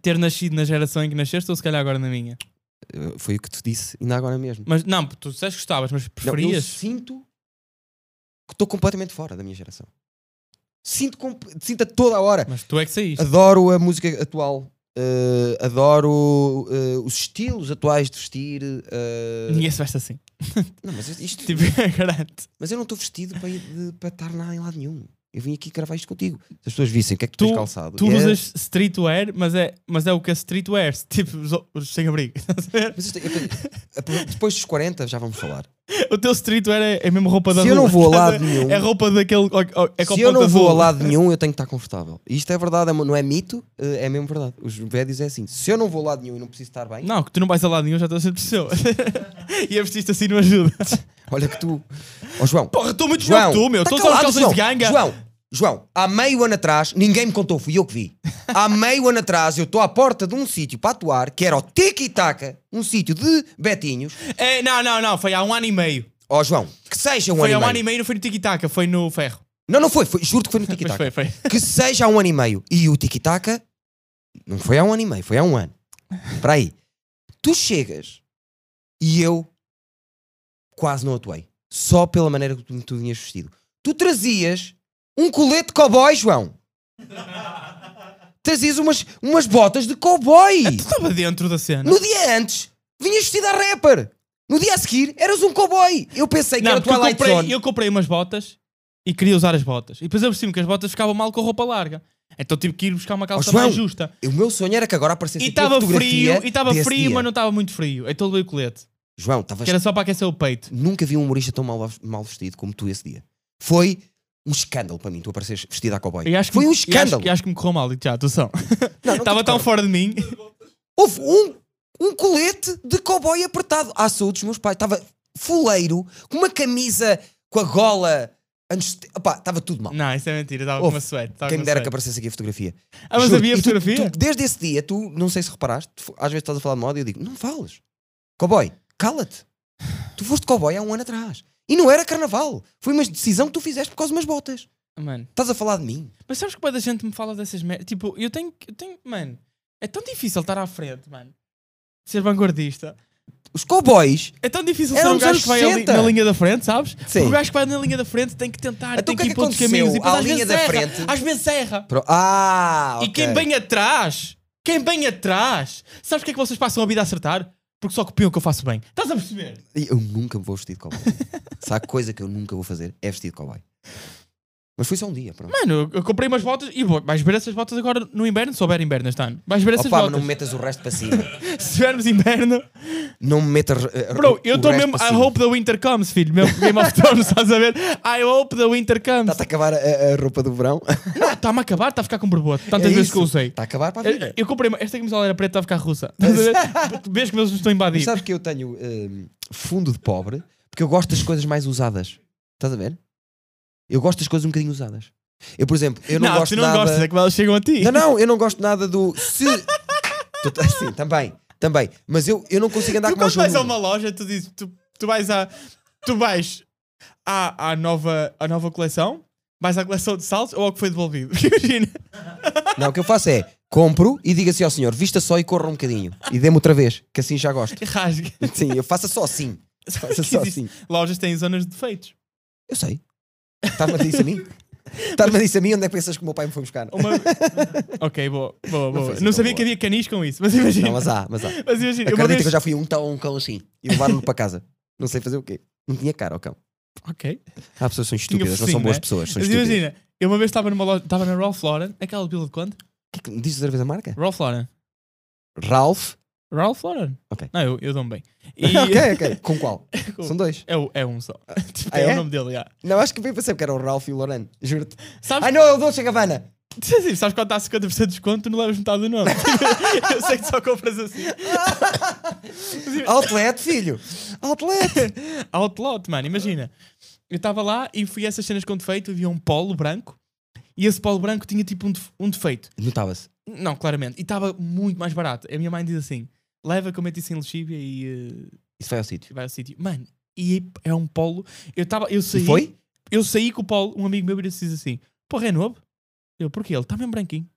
ter nascido na geração em que nasceste ou se calhar agora na minha? Eh, Foi o que te disse ainda agora mesmo. Mas não, tu disseste que gostavas, mas Não, eu preferias. sinto que estou completamente fora da minha geração. Sinto, comp- sinto a toda a hora. Mas tu é que saíste. Adoro a música atual. eh, adoro eh, os estilos atuais de vestir. eh, Ninguém se veste assim. Não, mas isto, Tipo, garanto. Mas eu não estou vestido para, ir de- para estar na- em lado nenhum. Eu vim aqui gravar isto contigo. Se as pessoas vissem o que é que tu, Tu- tens calçado. Tu É- usas streetwear, mas é, mas é o que é streetwear, tipo os- os sem abrigo. estás a ver? Mas isto- é, eu tenho- a pro- depois dos 40 já vamos falar. o teu streetwear é, é mesmo roupa da Se rua. eu não vou a estás lado ver? nenhum, É roupa daquele. ó- ó- É com se eu ponta não vou a azul. lado nenhum, eu tenho que estar confortável. E isto é verdade, é mo- não é mito, eh, é mesmo verdade. Os médios é assim. Se eu não vou a lado nenhum e não preciso estar bem, Não, que tu não vais a lado nenhum, já estás a ser pessoa. e a vestir assim não ajuda. olha que tu. Ó João, Porra, estou muito João, desviado, tu, meu. tá Estou só os calado, calções João. de ganga. João, João, há meio ano atrás, ninguém me contou, fui eu que vi. Há meio ano atrás, eu estou à porta de um sítio para atuar, que era o Tiki Taka, um sítio de Betinhos. É, não, não, não, foi há um ano e meio. Ó João, que seja um foi há ano um e ano meio. e meio, não foi no Tiki Taka, foi no Ferro. Não, não foi, foi juro que foi no Tiki Mas Taka. foi, foi. Que seja há um ano e meio. E o Tiki Taka não foi há um ano e meio, foi há um ano. Espera aí. Tu chegas e eu quase não atuei. Só pela maneira que tu, tu tinhas vestido. Tu trazias um colete de cowboy, João. Trazias umas, umas botas de cowboy. Tu estava dentro da cena. No dia antes, vinhas vestido a rapper. No dia a seguir, eras um cowboy. Eu pensei que Não, era a porque eu tua Zone. comprei, eu comprei umas botas e queria usar as botas. E depois apercebi-me que as botas ficavam mal com a roupa larga. Então tive que ir buscar uma calça Oh, João, mais justa. O meu sonho era que agora aparecesse E aqui a estava fotografia frio, e estava desse frio, dia. mas não estava muito frio. Então levei o colete, João, estavas- que era só para aquecer o peito. nunca vi um humorista tão mal, mal vestido como tu esse dia. Foi um escândalo para mim, tu apareceres vestido a cowboy. E acho que Foi me- um E escândalo. acho, e acho que me correu mal, digo já, atenção. Não, não Estava te tão recordo. fora de mim. Houve um, um colete de cowboy apertado à saúde dos meus pais. Estava fuleiro, com uma camisa com a gola. Antes... Opá, estava tudo mal. Não, isso é mentira, estava com Houve. uma sweat. estava Quem com me uma dera que suede. aparecesse aqui a fotografia. tá, Ah, mas Juro. havia E tu- fotografia? tu- desde esse dia, tu não sei se reparaste, tu- às vezes estás a falar de moda e eu digo: não falas. Cowboy, cala-te. Tu foste cowboy há um ano atrás. E não era carnaval. Foi uma decisão que tu fizeste por causa de umas botas. Mano, Estás a falar de mim. mas sabes que bué da gente me fala dessas merdas? Tipo, eu tenho, que- eu tenho. Mano, é tão difícil estar à frente, mano. Ser vanguardista. Os cowboys. É tão difícil Era ser um nos gajo anos que vai ali, 60. na linha da frente, sabes? Porque Sim. o gajo que vai na linha da frente tem que tentar, Então tem o que que ir é que para outros aconteceu caminhos e depois à às linha vezes da erra, frente? às vezes erra. Pro- Ah! E quem ok. vem atrás, quem vem atrás, sabes o que é que vocês passam a vida a acertar? Porque só copiam o que eu faço bem. Estás a perceber? Eu nunca vou vestir de cowboy. Se há coisa que eu nunca vou fazer é vestir de cowboy. Mas foi só um dia, pronto. Mano, eu comprei umas botas e vou- vais ver essas botas agora no inverno, se houver inverno este ano. Vais ver essas Opa, mas não botas. me metas o resto para cima. Se tivermos inverno. não me metas. eh, Bro, o- eu o estou resto mesmo. para I cima. hope the winter comes, filho. Meu Game of Thrones, estás a ver? I hope the winter comes. Está-te a acabar a, a roupa do verão. Não, está-me a acabar, está a ficar com borboto. Tantas tá. É vezes isso. que eu usei. É, Está a acabar para a vida. Eu, eu comprei uma- esta camisola era preta, estava a ficar russa. Estás a ver? Tu Vês que meus estão Mas invadidos. sabes que eu tenho ehm, hum, fundo de pobre porque eu gosto das coisas mais usadas. Estás a ver? Eu gosto das coisas um bocadinho usadas. Eu, por exemplo, eu não, não, gosto tu não nada... gostas, é que elas chegam a ti. Não, não, eu não gosto nada do se. Tu- tá, Sim, também, também. Mas eu, eu não consigo andar Tu com um. o quando João vais a Nuno. uma loja, tu dizes, tu, tu vais à. Tu vais à, à, nova, à nova coleção, vais à coleção de saltos ou ao que foi devolvido. Imagina. Não, o que eu faço é compro e digo assim ao senhor, vista só e corra um bocadinho. E dê-me outra vez, que assim já gosto. Rasga. Sim, eu faço só assim. Faça que só existe- assim. Lojas têm zonas de defeitos. Eu sei. Estás-me a dizer isso a mim? Estás-me a dizer isso a mim? Onde é que pensas que o meu pai me foi buscar? Uma... ok, boa, boa, boa. foi Não, assim tão sabia boa. que havia canis com isso, mas imagina. Não, mas há, mas há. Mas imagina, uma Acredita vez... que eu já fui um tal um cão assim e levaram-me para casa. Não sei fazer o quê. Não tinha cara o cão. Ok. Há pessoas que são estúpidas, não focinho, são boas né? pessoas. São Mas estúpidas. imagina, eu uma vez estava numa loja, estava na Ralph Lauren, aquela pila de quanto? Que é que- Diz outra vez a marca? Ralph Lauren. Ralph. Ralph Lauren? Ok. Não, eu, eu dou-me bem. E- ok, ok. Com qual? São dois. É, o- é um só. Tipo, Ah, é? é? o nome dele, já. Não, acho que bem pensei que era o Ralph e o Lauren. Juro-te. Sabes, Ah, não, é o Dolce Gabbana. Sim, sabes quando está a 50% de desconto, tu não levas metade do nome. eu sei que só compras assim. Outlet, filho. Outlet. Outlaw, mano, imagina. Eu estava lá e fui a essas cenas com defeito, havia um polo branco e esse polo branco tinha tipo um, def- um defeito. Notava-se. Não, claramente. E estava muito mais barato. A minha mãe diz assim: leva, comete isso em lexívia e eh, Isso foi ao sítio. vai ao sítio. Mano, e é um polo. Eu estava, eu E saí. foi? Eu saí com o Paulo, um amigo meu, e disse assim: Porra, é novo? Eu, porque ele está mesmo branquinho.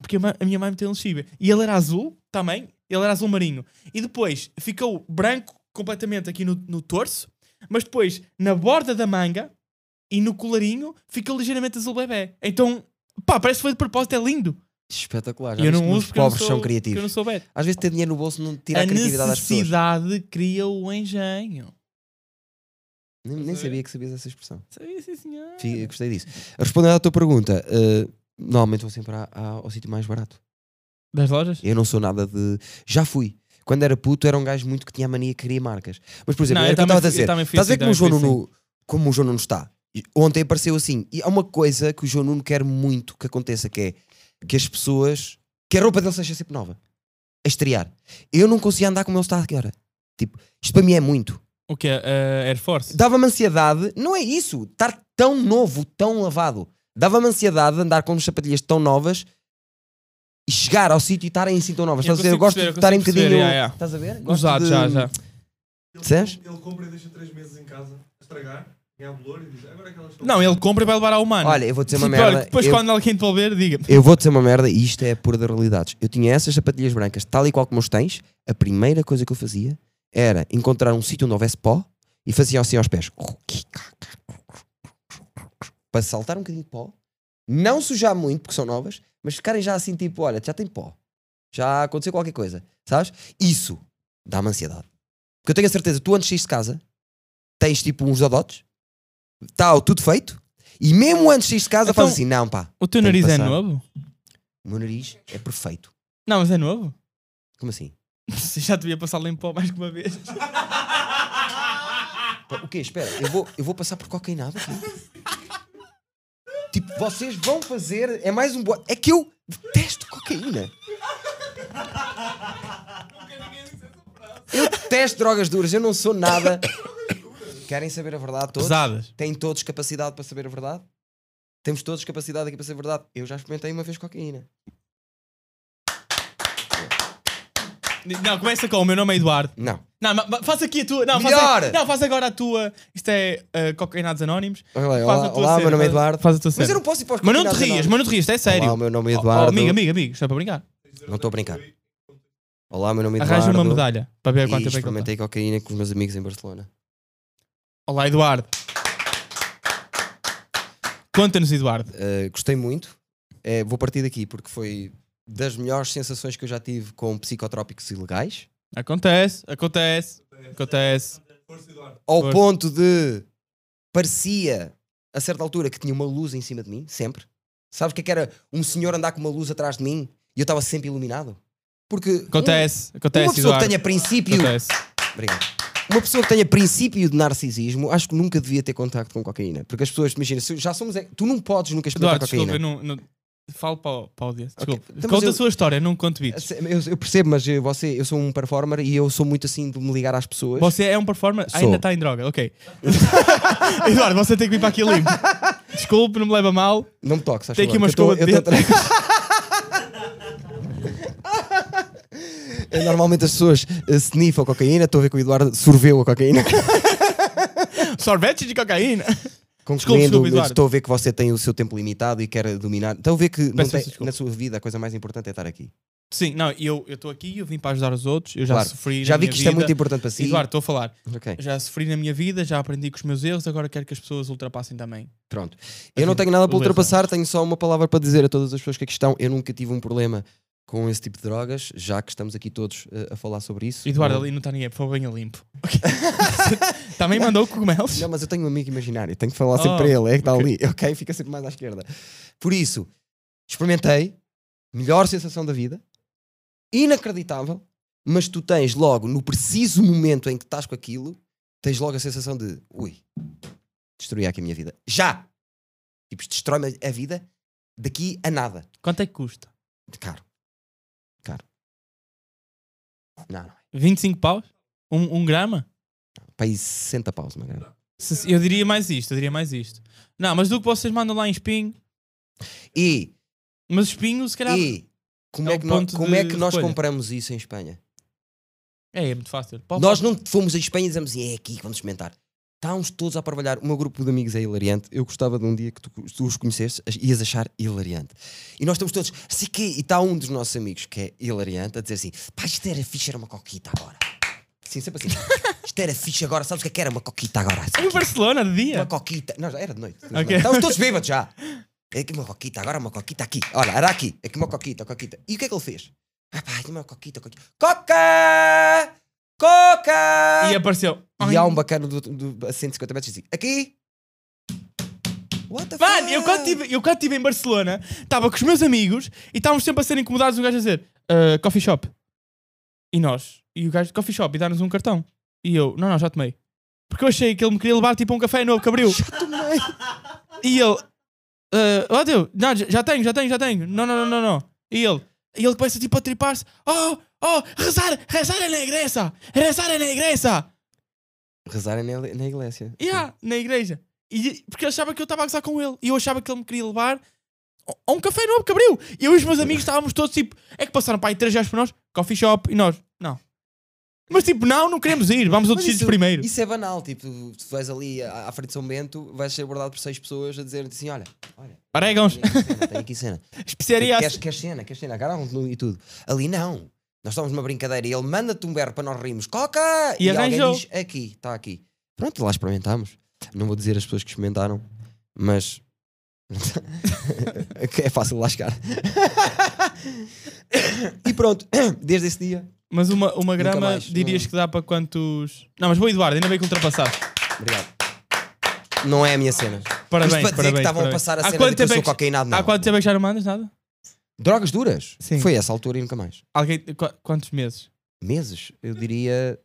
Porque a, ma- a minha mãe meteu um lexívia. E ele era azul também, ele era azul marinho. E depois ficou branco completamente aqui no, no torso, mas depois na borda da manga e no colarinho ficou ligeiramente azul bebê. Então, pá, parece que foi de propósito, é lindo. Espetacular. Já E eu viste não como uso os porque eu não pobres sou, são porque criativos. eu não sou beta. Às vezes ter dinheiro no bolso não tira a, a criatividade às pessoas. necessidade cria o engenho. Nem, nem Estás a sabia que sabias essa expressão. Sim, sim, senhor. Fi- Gostei disso. Respondendo à tua pergunta, eh, normalmente vou sempre à- à- ao sítio mais barato. Das lojas? Eu não sou nada de. Já fui. Quando era puto, era um gajo muito que tinha a mania que queria marcas. Mas, por exemplo, Não, era eu o que também eu estava a fui- eu dizer. também fui Estás a assim, ver como o, João também fui Nuno, como o João Nuno está? E Ontem apareceu assim. E há uma coisa que o João Nuno quer muito que aconteça, que é que as pessoas. que a roupa dele seja sempre nova. A estrear. Eu não conseguia andar como ele está agora. Tipo, isto para mim é muito. O que é? Air Force? Dava-me ansiedade. Não é isso. Estar tão novo, tão lavado. Dava-me ansiedade andar com as sapatilhas tão novas e chegar ao sítio e estarem assim tão novas. Eu Estás a ver? consigo Eu gosto perceber, de eu estarem um consigo bocadinho. perceber, já, já. Estás a ver? Gosto Usado, de- já, já. Percebes? Ele compra e deixa 3 meses em casa a estragar, ganhar valor e diz agora é que elas estão. Não, ele compra e vai levar ao humano. Olha, eu vou dizer uma Tipo, olha, merda. Depois, eu, quando alguém devolver, diga. eu vou dizer uma merda e isto é a pura das realidades. Eu tinha essas sapatilhas brancas, tal e qual como os tens. A primeira coisa que eu fazia era encontrar um sítio onde houvesse pó e fazia assim aos pés. Para saltar um bocadinho de pó, não sujar muito, porque são novas, mas ficarem já assim tipo: olha, já tem pó, já aconteceu qualquer coisa, sabes? Isso dá-me ansiedade. Porque eu tenho a certeza, tu antes de sair de casa, tens tipo uns dodotes, tal, tudo feito, e mesmo antes de sair de casa, Então- fazes assim: não, pá, O teu Tem que nariz é passar. novo? o meu nariz é perfeito. Não, mas é novo? Como assim? Já devia passar limpo mais que uma vez. Pa- O quê? Espera, eu vou, eu vou passar por cocainado aqui. Tipo, vocês vão fazer. É mais um. bo- É que eu detesto cocaína. Eu detesto drogas duras, eu não sou nada. Querem saber a verdade todos? Pesadas. Têm todos capacidade para saber a verdade? Temos todos capacidade aqui para saber a verdade. Eu já experimentei uma vez cocaína. Não, começa com o meu nome é Eduardo. Não. Não, ma- ma- faz aqui a tua. Não, Faz Melhor! a, não, faz agora a tua. Isto é uh, Cocainados Anónimos. Olha lá, Faz a olá, tua olá cena, meu nome é faz- Eduardo. Faz a tua cena. Mas eu não posso ir para os Mas não te cocainados rias, anónimos. mas não te rias, isto é sério. Olá, o meu nome é Oh, oh, Eduardo. amigo, amigo, amigo, isto é para brincar. Não estou a brincar. Olá, meu nome é Eduardo. Arranja uma medalha para ver quanto tempo é que E ele está. experimentei cocaína com os meus amigos em Barcelona. Olá, Eduardo. Conta-nos, Eduardo. Uh, gostei muito. É, vou partir daqui porque foi das melhores sensações que eu já tive com psicotrópicos ilegais. Acontece, acontece, acontece. Ao Pois. ponto de parecia a certa altura que tinha uma luz em cima de mim, sempre. Sabes o que é que era um senhor andar com uma luz atrás de mim e eu estava sempre iluminado? Porque um- Acontece, acontece, uma pessoa que Eduardo. tenha princípio Acontece. Obrigado. Uma pessoa que tenha princípio de narcisismo, acho que nunca devia ter contacto com cocaína. Porque as pessoas, imagina, se já somos. é, Tu não podes nunca experimentar Eduardo, cocaína. desculpa, eu não, não- Falo para o, para a audiência. Desculpa. Então, mas Conta eu- a sua história, não conto bits. Se- Eu, eu percebo, mas eh, você, eu sou um performer e eu sou muito assim de me ligar às pessoas. Você é um performer, Sou. ainda está em droga, ok. Eduardo, você tem que vir para aqui limpo. Desculpe, não me leva a mal. Não me toques, acho Tem aqui uma escova de É, Normalmente as pessoas eh, sniffam cocaína, estou a ver que o Eduardo sorveu a cocaína. Sorvetes de cocaína. Concluindo, desculpa, Eduardo. estou a ver que você tem o seu tempo limitado e quer dominar. Estou a ver que não Peço tem- desculpa. na sua vida a coisa mais importante é estar aqui. Sim, não, eu eu estou aqui, eu vim para ajudar os outros, eu já Claro. sofri. Já na vi minha que isto é vida. muito importante para si. Eduardo, estou a falar. Ok, Já sofri na minha vida, já aprendi com os meus erros, agora quero que as pessoas ultrapassem também. pronto. Eu não tenho nada para Beleza. ultrapassar, tenho só uma palavra para dizer a todas as pessoas que aqui estão. Eu nunca tive um problema com esse tipo de drogas, já que estamos aqui todos eh, a falar sobre isso. Eh, Eduardo, Não- ali não está ninguém, por favor, venha limpo. Ok. também mandou cogumelos? Não, mas eu tenho um amigo imaginário, tenho que falar Oh, sempre para ele, é que está ok. ali, ok? Fica sempre mais à esquerda. Por isso, experimentei, melhor sensação da vida, inacreditável, mas tu tens logo, no preciso momento em que estás com aquilo, tens logo a sensação de, ui, destruí aqui a minha vida. Já! Tipo, isto destrói-me a vida daqui a nada. Quanto é que custa? Caro. Caro. Não, é. não. 25 paus? Um, um grama? Para aí 60 paus, uma grana. Se- Eu diria mais isto, eu diria mais isto. Não, mas do que vocês mandam lá em espinho, E, mas espinho se calhar e, como É é, o que nós, ponto como é de que nós escolha. compramos isso em Espanha? é, é muito fácil. Pau, Nós pau. não fomos a Espanha e dizemos assim, é aqui que vamos experimentar. Estávamos todos a parvalhar. O meu grupo de amigos é hilariante. Eu gostava de um dia que tu, tu os conhecesses, as- ias achar hilariante. E nós estamos todos, assim que. E está um dos nossos amigos que é hilariante a dizer assim: pá, isto era fixe, era uma coquita agora. Sim, sempre assim. Isto era fixe agora, sabes o que é que era uma coquita agora? Em Barcelona de dia. Uma coquita. Não, já era de noite. Ok. Estávamos todos bêbados já. É Aqui uma coquita, agora uma coquita aqui. Olha, era aqui. Aqui uma coquita, coquita. E o que é que ele fez? Ah, pá, aqui uma coquita, coquita. Coca! Coca! E apareceu. E há um bacana do, do, a 150 metros e diz assim, aqui. What the Mano, fuck? eu quando estive eu quando tive em Barcelona, estava com os meus amigos e estávamos sempre a ser incomodados. Um gajo a dizer "Ah, coffee shop. E nós, e o gajo coffee shop, e dá-nos um cartão. E eu, não, não, já tomei. Porque eu achei que ele me queria levar tipo a um café novo que abriu. Tomei. E ele, "Ah, oh Deus, não, já- já tenho, já tenho, já tenho. Não, não, não, não, não. E ele, e ele começa tipo a tripar-se: oh, oh, rezar, rezar é na igreja, rezar é na igreja. Rezarem na, na igreja. Yeah, na igreja. E, porque ele achava que eu estava a gozar com ele. E eu achava que ele me queria levar a- a um café novo que abriu. E eu e os meus amigos estávamos todos tipo. É que passaram para aí três gajos para nós, coffee shop, e nós, não. Mas tipo, não, não queremos ir, vamos a outros Mas sítios primeiro. Isso é banal, tipo, tu vais ali à, à frente de São Bento, vais ser abordado por seis pessoas a dizer assim: olha, olha, Paregãos, tenho aqui cena, tenho aqui cena. especiaria. Queres, queres cena, queres cena, agarram-te no- e tudo. Ali não. Nós estamos numa brincadeira e ele manda-te um berro para nós rirmos. Coca! E alguém arranjou. diz, aqui, está aqui. Pronto, lá experimentámos. Não vou dizer as pessoas que experimentaram, mas... é fácil lá chegar. e pronto, desde esse dia... Mas uma, uma Nunca grama mais, dirias não. que dá para quantos. Não, mas boa, Eduardo, ainda bem que ultrapassaste. Obrigado. Não é a minha cena. Parabéns, Isto para parabéns. dizer que estavam a parabéns. passar a Há cena quanto de que eu tempo é sou que- cocainado, não. Há quanto tempo é que já não mandas nada? Drogas duras? Sim. Foi essa altura e nunca mais. Alguém, qu- quantos meses? Meses? Eu diria...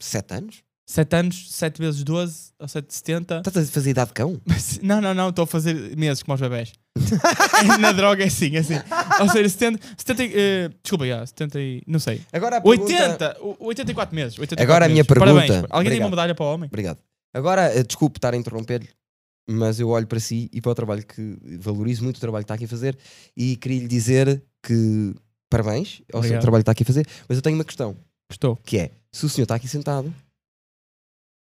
Sete anos? sete anos, sete vezes 12, ou 770. Estás a fazer idade de cão? Mas- não, não, não, estou a fazer meses como aos bebés. Na droga é assim, é assim. Ou seja, 70. 70 e, eh, desculpa, já, 70 e. Não sei. Agora a pergunta- 80, o- 84 meses. 84 Agora a minha meses. pergunta. Parabéns. Alguém tem uma Obrigado. medalha para o homem? Obrigado. Agora, eh, desculpe estar a interromper-lhe, mas eu olho para si e para o trabalho que valorizo muito o trabalho que está aqui a fazer e queria lhe dizer que parabéns ao seu Obrigado. trabalho que está aqui a fazer, mas eu tenho uma questão, Estou. que é, se o senhor está aqui sentado,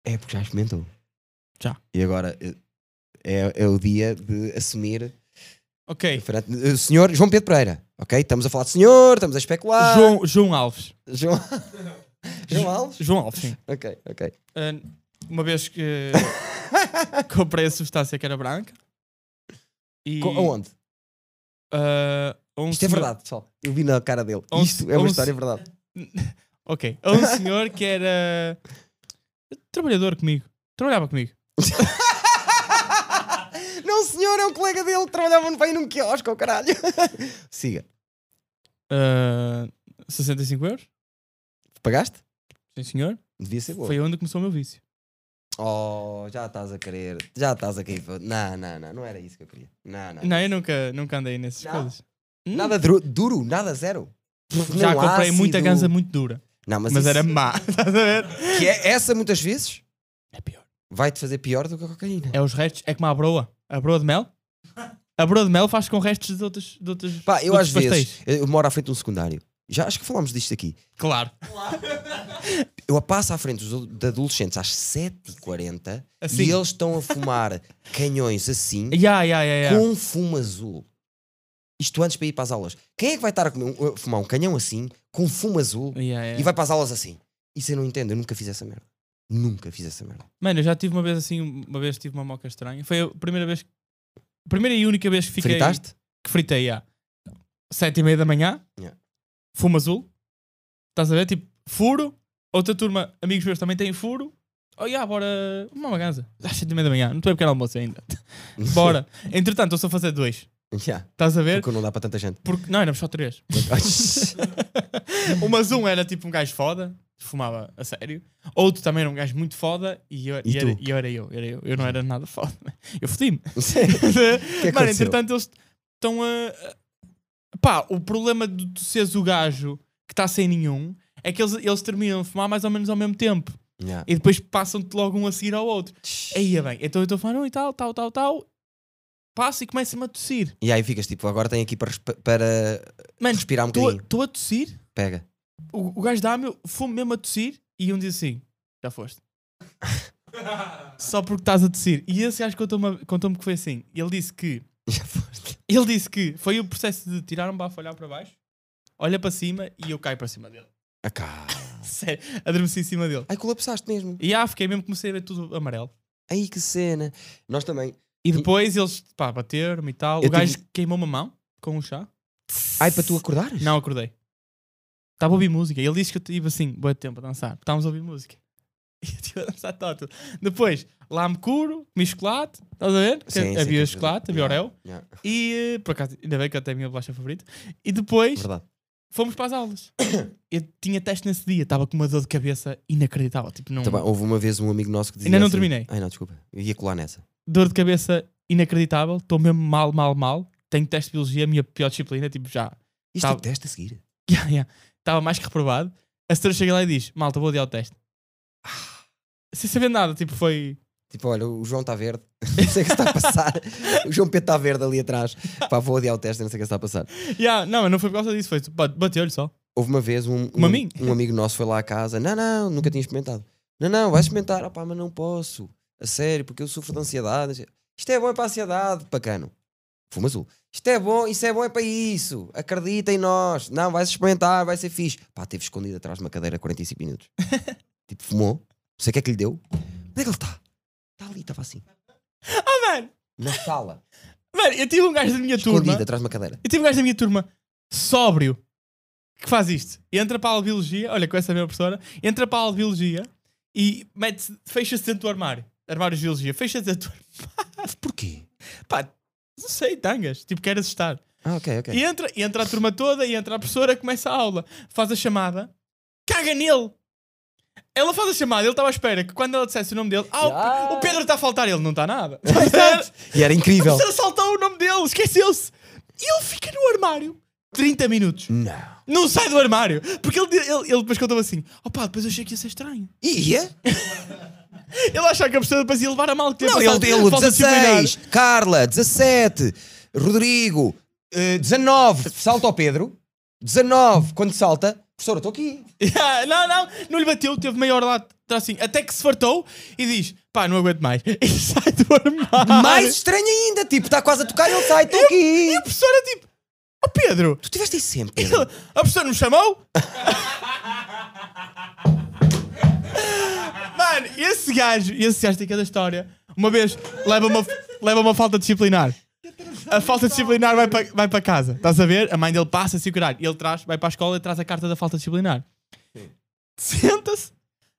é porque já experimentou. Já. E agora eh, é, é o dia de assumir Ok. perante- eh, o senhor João Pedro Pereira, ok? Estamos a falar de senhor, estamos a especular. João, João Alves. João, João Alves? João Alves, sim. Ok, ok. Ah, uma vez que comprei a substância que era branca. E. Co- Aonde? ah, um Isto é senhor- verdade, pessoal. Eu vi na cara dele. Onze- Isto é uma onze- história verdade. Ok. A um senhor que era trabalhador comigo. Trabalhava comigo. Não, senhor, é um colega dele que trabalhava no pai num quiosque, ao caralho. Siga. Ah, 65 euros? Pagaste? Sim, senhor. Devia ser boa. Foi onde começou o meu vício. Oh, já estás a querer. Já estás a cair. para- Não, não, não. Não era isso que eu queria. Não, não. Não, é? eu nunca, nunca andei nessas Não. coisas. Nada duro, duro, nada zero. Já Não, comprei ácido. muita ganza muito dura, Não, mas, mas isso- era má. Estás a ver? que é- essa muitas vezes É pior. vai-te fazer pior do que a cocaína. É os restos, é como a broa. A broa de mel. A broa de mel faz com restos de outros, de outros, Pá, de eu outros às pastéis. vezes eu moro à frente de um secundário. Já acho que falámos disto aqui. Claro. Eu passo à frente dos, de adolescentes às 7h40 Assim. e eles estão a fumar canhões assim Ya, ya, ya, ya. com fumo azul. Isto antes para ir para as aulas. Quem é que vai estar a, comer um- a fumar um canhão assim com fumo azul Ya, ya. e vai para as aulas assim? Isso eu não entendo. Eu nunca fiz essa merda. Nunca fiz essa merda. Mano, eu já tive uma vez assim, uma vez tive uma moca estranha. Foi a primeira vez, primeira e única vez que fiquei. Fritaste? que fritei já. Sete e meia da manhã, Yeah. fumo azul, estás a ver? Tipo, furo. Outra turma, amigos meus também têm furo. Oh, yeah, bora. Uma maganza. Às sete e meia da manhã, não estou a pequeno almoço ainda. Bora. Entretanto, eu só fazer dois. Já. Estás a ver? Porque não dá para tanta gente. Porque não, éramos só três. o Mazum era tipo um gajo foda, fumava a sério. Outro também era um gajo muito foda e eu, E e era, tu? e eu era eu, era eu. Eu não era nada foda. Eu fodi-me. que Né? Mano, aconteceu? entretanto, eles estão a. a- Pá, o problema de tu seres o gajo que está sem nenhum é que eles, eles terminam de fumar mais ou menos ao mesmo tempo Já. e depois passam-te logo um a seguir ao outro. Aí é bem, então eu estou a falar, não, e tal, tal, tal, tal. Passo e começa-me a tossir. E aí ficas tipo, agora tenho aqui para, resp- para Mano, respirar um bocadinho. estou a tossir. Pega. o, o gajo dá-me, eu fumo mesmo a tossir e um diz assim: já foste. Só porque estás a tossir. E esse gajo contou-me contou que foi assim. Ele disse que. Já foste. Ele disse que foi o processo de tirar um bafo, olhar para baixo, olha para cima e eu caio para cima dele. Ah, cá. Sério, adormeci em cima dele. Ai, colapsaste mesmo. E ah, fiquei mesmo, comecei a ver tudo amarelo. Aí que cena. Nós também. E depois eles, pá, bateram-me e tal. Hum. Eu o gajo queimou-me a mão com um chá. Ai, para tu acordares? Não acordei. Estava a ouvir música. Ele disse que eu tive assim, boa tempo a dançar. Estávamos a ouvir música. E eu estive a dançar todo. Depois, lá me curo, comi chocolate. Estás a ver? Que Sim, sim, havia que- chocolate, havia Yeah. Oreo. Yeah. E eh, por acaso, ainda bem que eu tenho a minha bolacha favorita. E depois Verdade. fomos para as aulas. eu tinha teste nesse dia, estava com uma dor de cabeça inacreditável. Tipo, não, Tá bem, houve uma vez um amigo nosso que dizia. Ainda não assim- terminei. Ai, não, desculpa. Eu ia colar nessa. dor de cabeça inacreditável. Estou mesmo mal, mal, mal. Tenho teste de biologia, a minha pior disciplina. Tipo, já Isto Tá- é o teste a seguir. Estava mais que reprovado. A senhora chega lá e diz: Malta, vou adiar o teste. Ah. Sem saber nada, tipo, foi. Tipo, olha, o João está verde. Não sei o que se está a passar. o João Pedro está verde ali atrás. Pá, vou adiar o teste, não sei o que se está a passar. Ya, não, mas não foi por causa disso, foi tipo, bate- bateu-lhe só. Houve uma vez um, Como a um- mim? um amigo nosso foi lá à casa. Não, não, nunca tinha experimentado. Não, não, vais experimentar. Ah, pá, mas não posso. A sério, porque eu sofro de ansiedade. Isto é bom é para a ansiedade, bacano. Fumo azul. Isto é bom, isso é bom é para isso. Acredita em nós. Não, vais experimentar, vai ser fixe. Pá, teve escondido atrás de uma cadeira 45 minutos. tipo, fumou. Não sei o que é que lhe deu. Onde é que ele está? Está ali, estava assim. Ah, mano, Na sala. mano, eu tive um gajo da minha turma. Escondido atrás de uma cadeira. Eu tive um gajo da minha turma, sóbrio, que faz isto. Entra para a aula de biologia, olha, com essa mesma professora, entra para a aula de biologia e mete-se, fecha-se dentro do armário. Armário de biologia, fecha-se dentro do armário. Porquê? Pá, não sei, tangas. Tipo, quer assustar. Ah, ok, ok. E entra, e entra a turma toda, e entra a professora, começa a aula, faz a chamada, caga nele! Ela faz a chamada, ele estava à espera que quando ela dissesse o nome dele, ah, o Pe- Ah. o Pedro está a faltar, ele não está nada. E era a incrível. professora saltou o nome dele, esqueceu-se. E ele fica no armário 30 minutos. Não. Não sai do armário. Porque ele, ele, ele depois contou-me assim: opá, depois eu achei que ia ser estranho. Ia? Ele achava que a professora depois ia levar a mal que tinha Não, passado ele, ele falta de disciplinar. 16, Carla, 17, Rodrigo, eh, 19, salta ao Pedro, 19, quando salta, professora, estou aqui. Yeah, não, não, não lhe bateu, teve meia hora lá, tá assim, até que se fartou e diz: pá, não aguento mais. E sai do armário. Mais estranho ainda, tipo, está quase a tocar e ele sai, estou aqui. E a professora, tipo: Ó Pedro, Tu tiveste aí sempre, ele- Pedro. a professora não me chamou? Mano, esse gajo, esse gajo tem cada história. Uma vez leva uma, leva uma falta disciplinar. A falta disciplinar vai para vai para casa, estás a ver? A mãe dele passa assim o caralho. Ele traz, vai para a escola e traz a carta da falta disciplinar. Senta-se.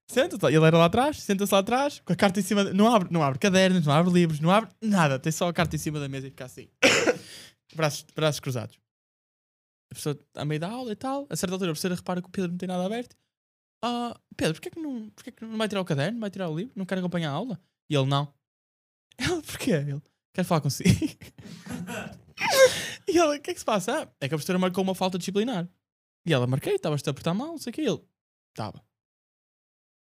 Senta-se, ele era lá atrás, senta-se lá atrás, com a carta em cima, de- não abre, não abre cadernos, não abre livros, não abre nada, tem só a carta em cima da mesa e fica assim. braços, braços cruzados. A pessoa está a meio da aula e tal, a certa altura a professora repara que o Pedro não tem nada aberto. Ah, Pedro, porquê que, não, porquê é que não vai tirar o caderno? Vai tirar o livro? Não quer acompanhar a aula? E ele, não. Ele, porquê? Ele, quero falar consigo. e ele, o que é que se passa? Ah, é que a professora marcou uma falta disciplinar. E ela, marquei, estavas-te a portar mal, não sei o que. E ele, estava.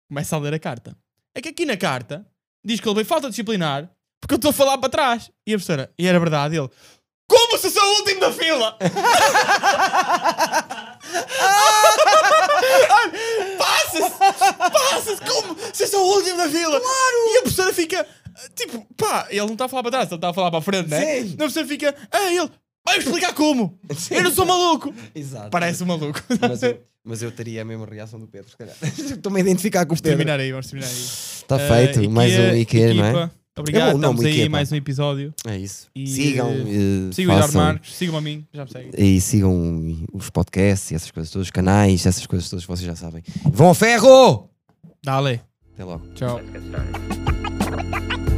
Começa a ler a carta. É que aqui na carta diz que ele veio falta disciplinar porque eu estou a falar para trás. E a professora, e era verdade, ele, como se eu sou o último da fila? Passa-se! Passa-se! Como? Vocês são o último da fila! Claro! E a professora fica, tipo, pá, ele não está a falar para trás, ele está a falar para a frente, né? Sim. E A professora fica, ah, ele, vai explicar como! Eu não sou maluco! Exato. Parece um maluco. Mas eu, mas eu teria a mesma reação do Pedro, se calhar. Estou-me a identificar com o Pedro. terminar aí, vamos terminar aí. Está feito, Eh, mais um IKEA, não é? equipa, Obrigado, É bom, não, estamos uma aí equipa. mais um episódio. É isso. E, sigam, eh, Sigam o Eduardo façam- Marques, sigam a mim, já me seguem. E sigam os podcasts e essas coisas todas, os canais, essas coisas todas, vocês já sabem. Vão ao ferro! Dale, Até logo. tchau. Let's get started.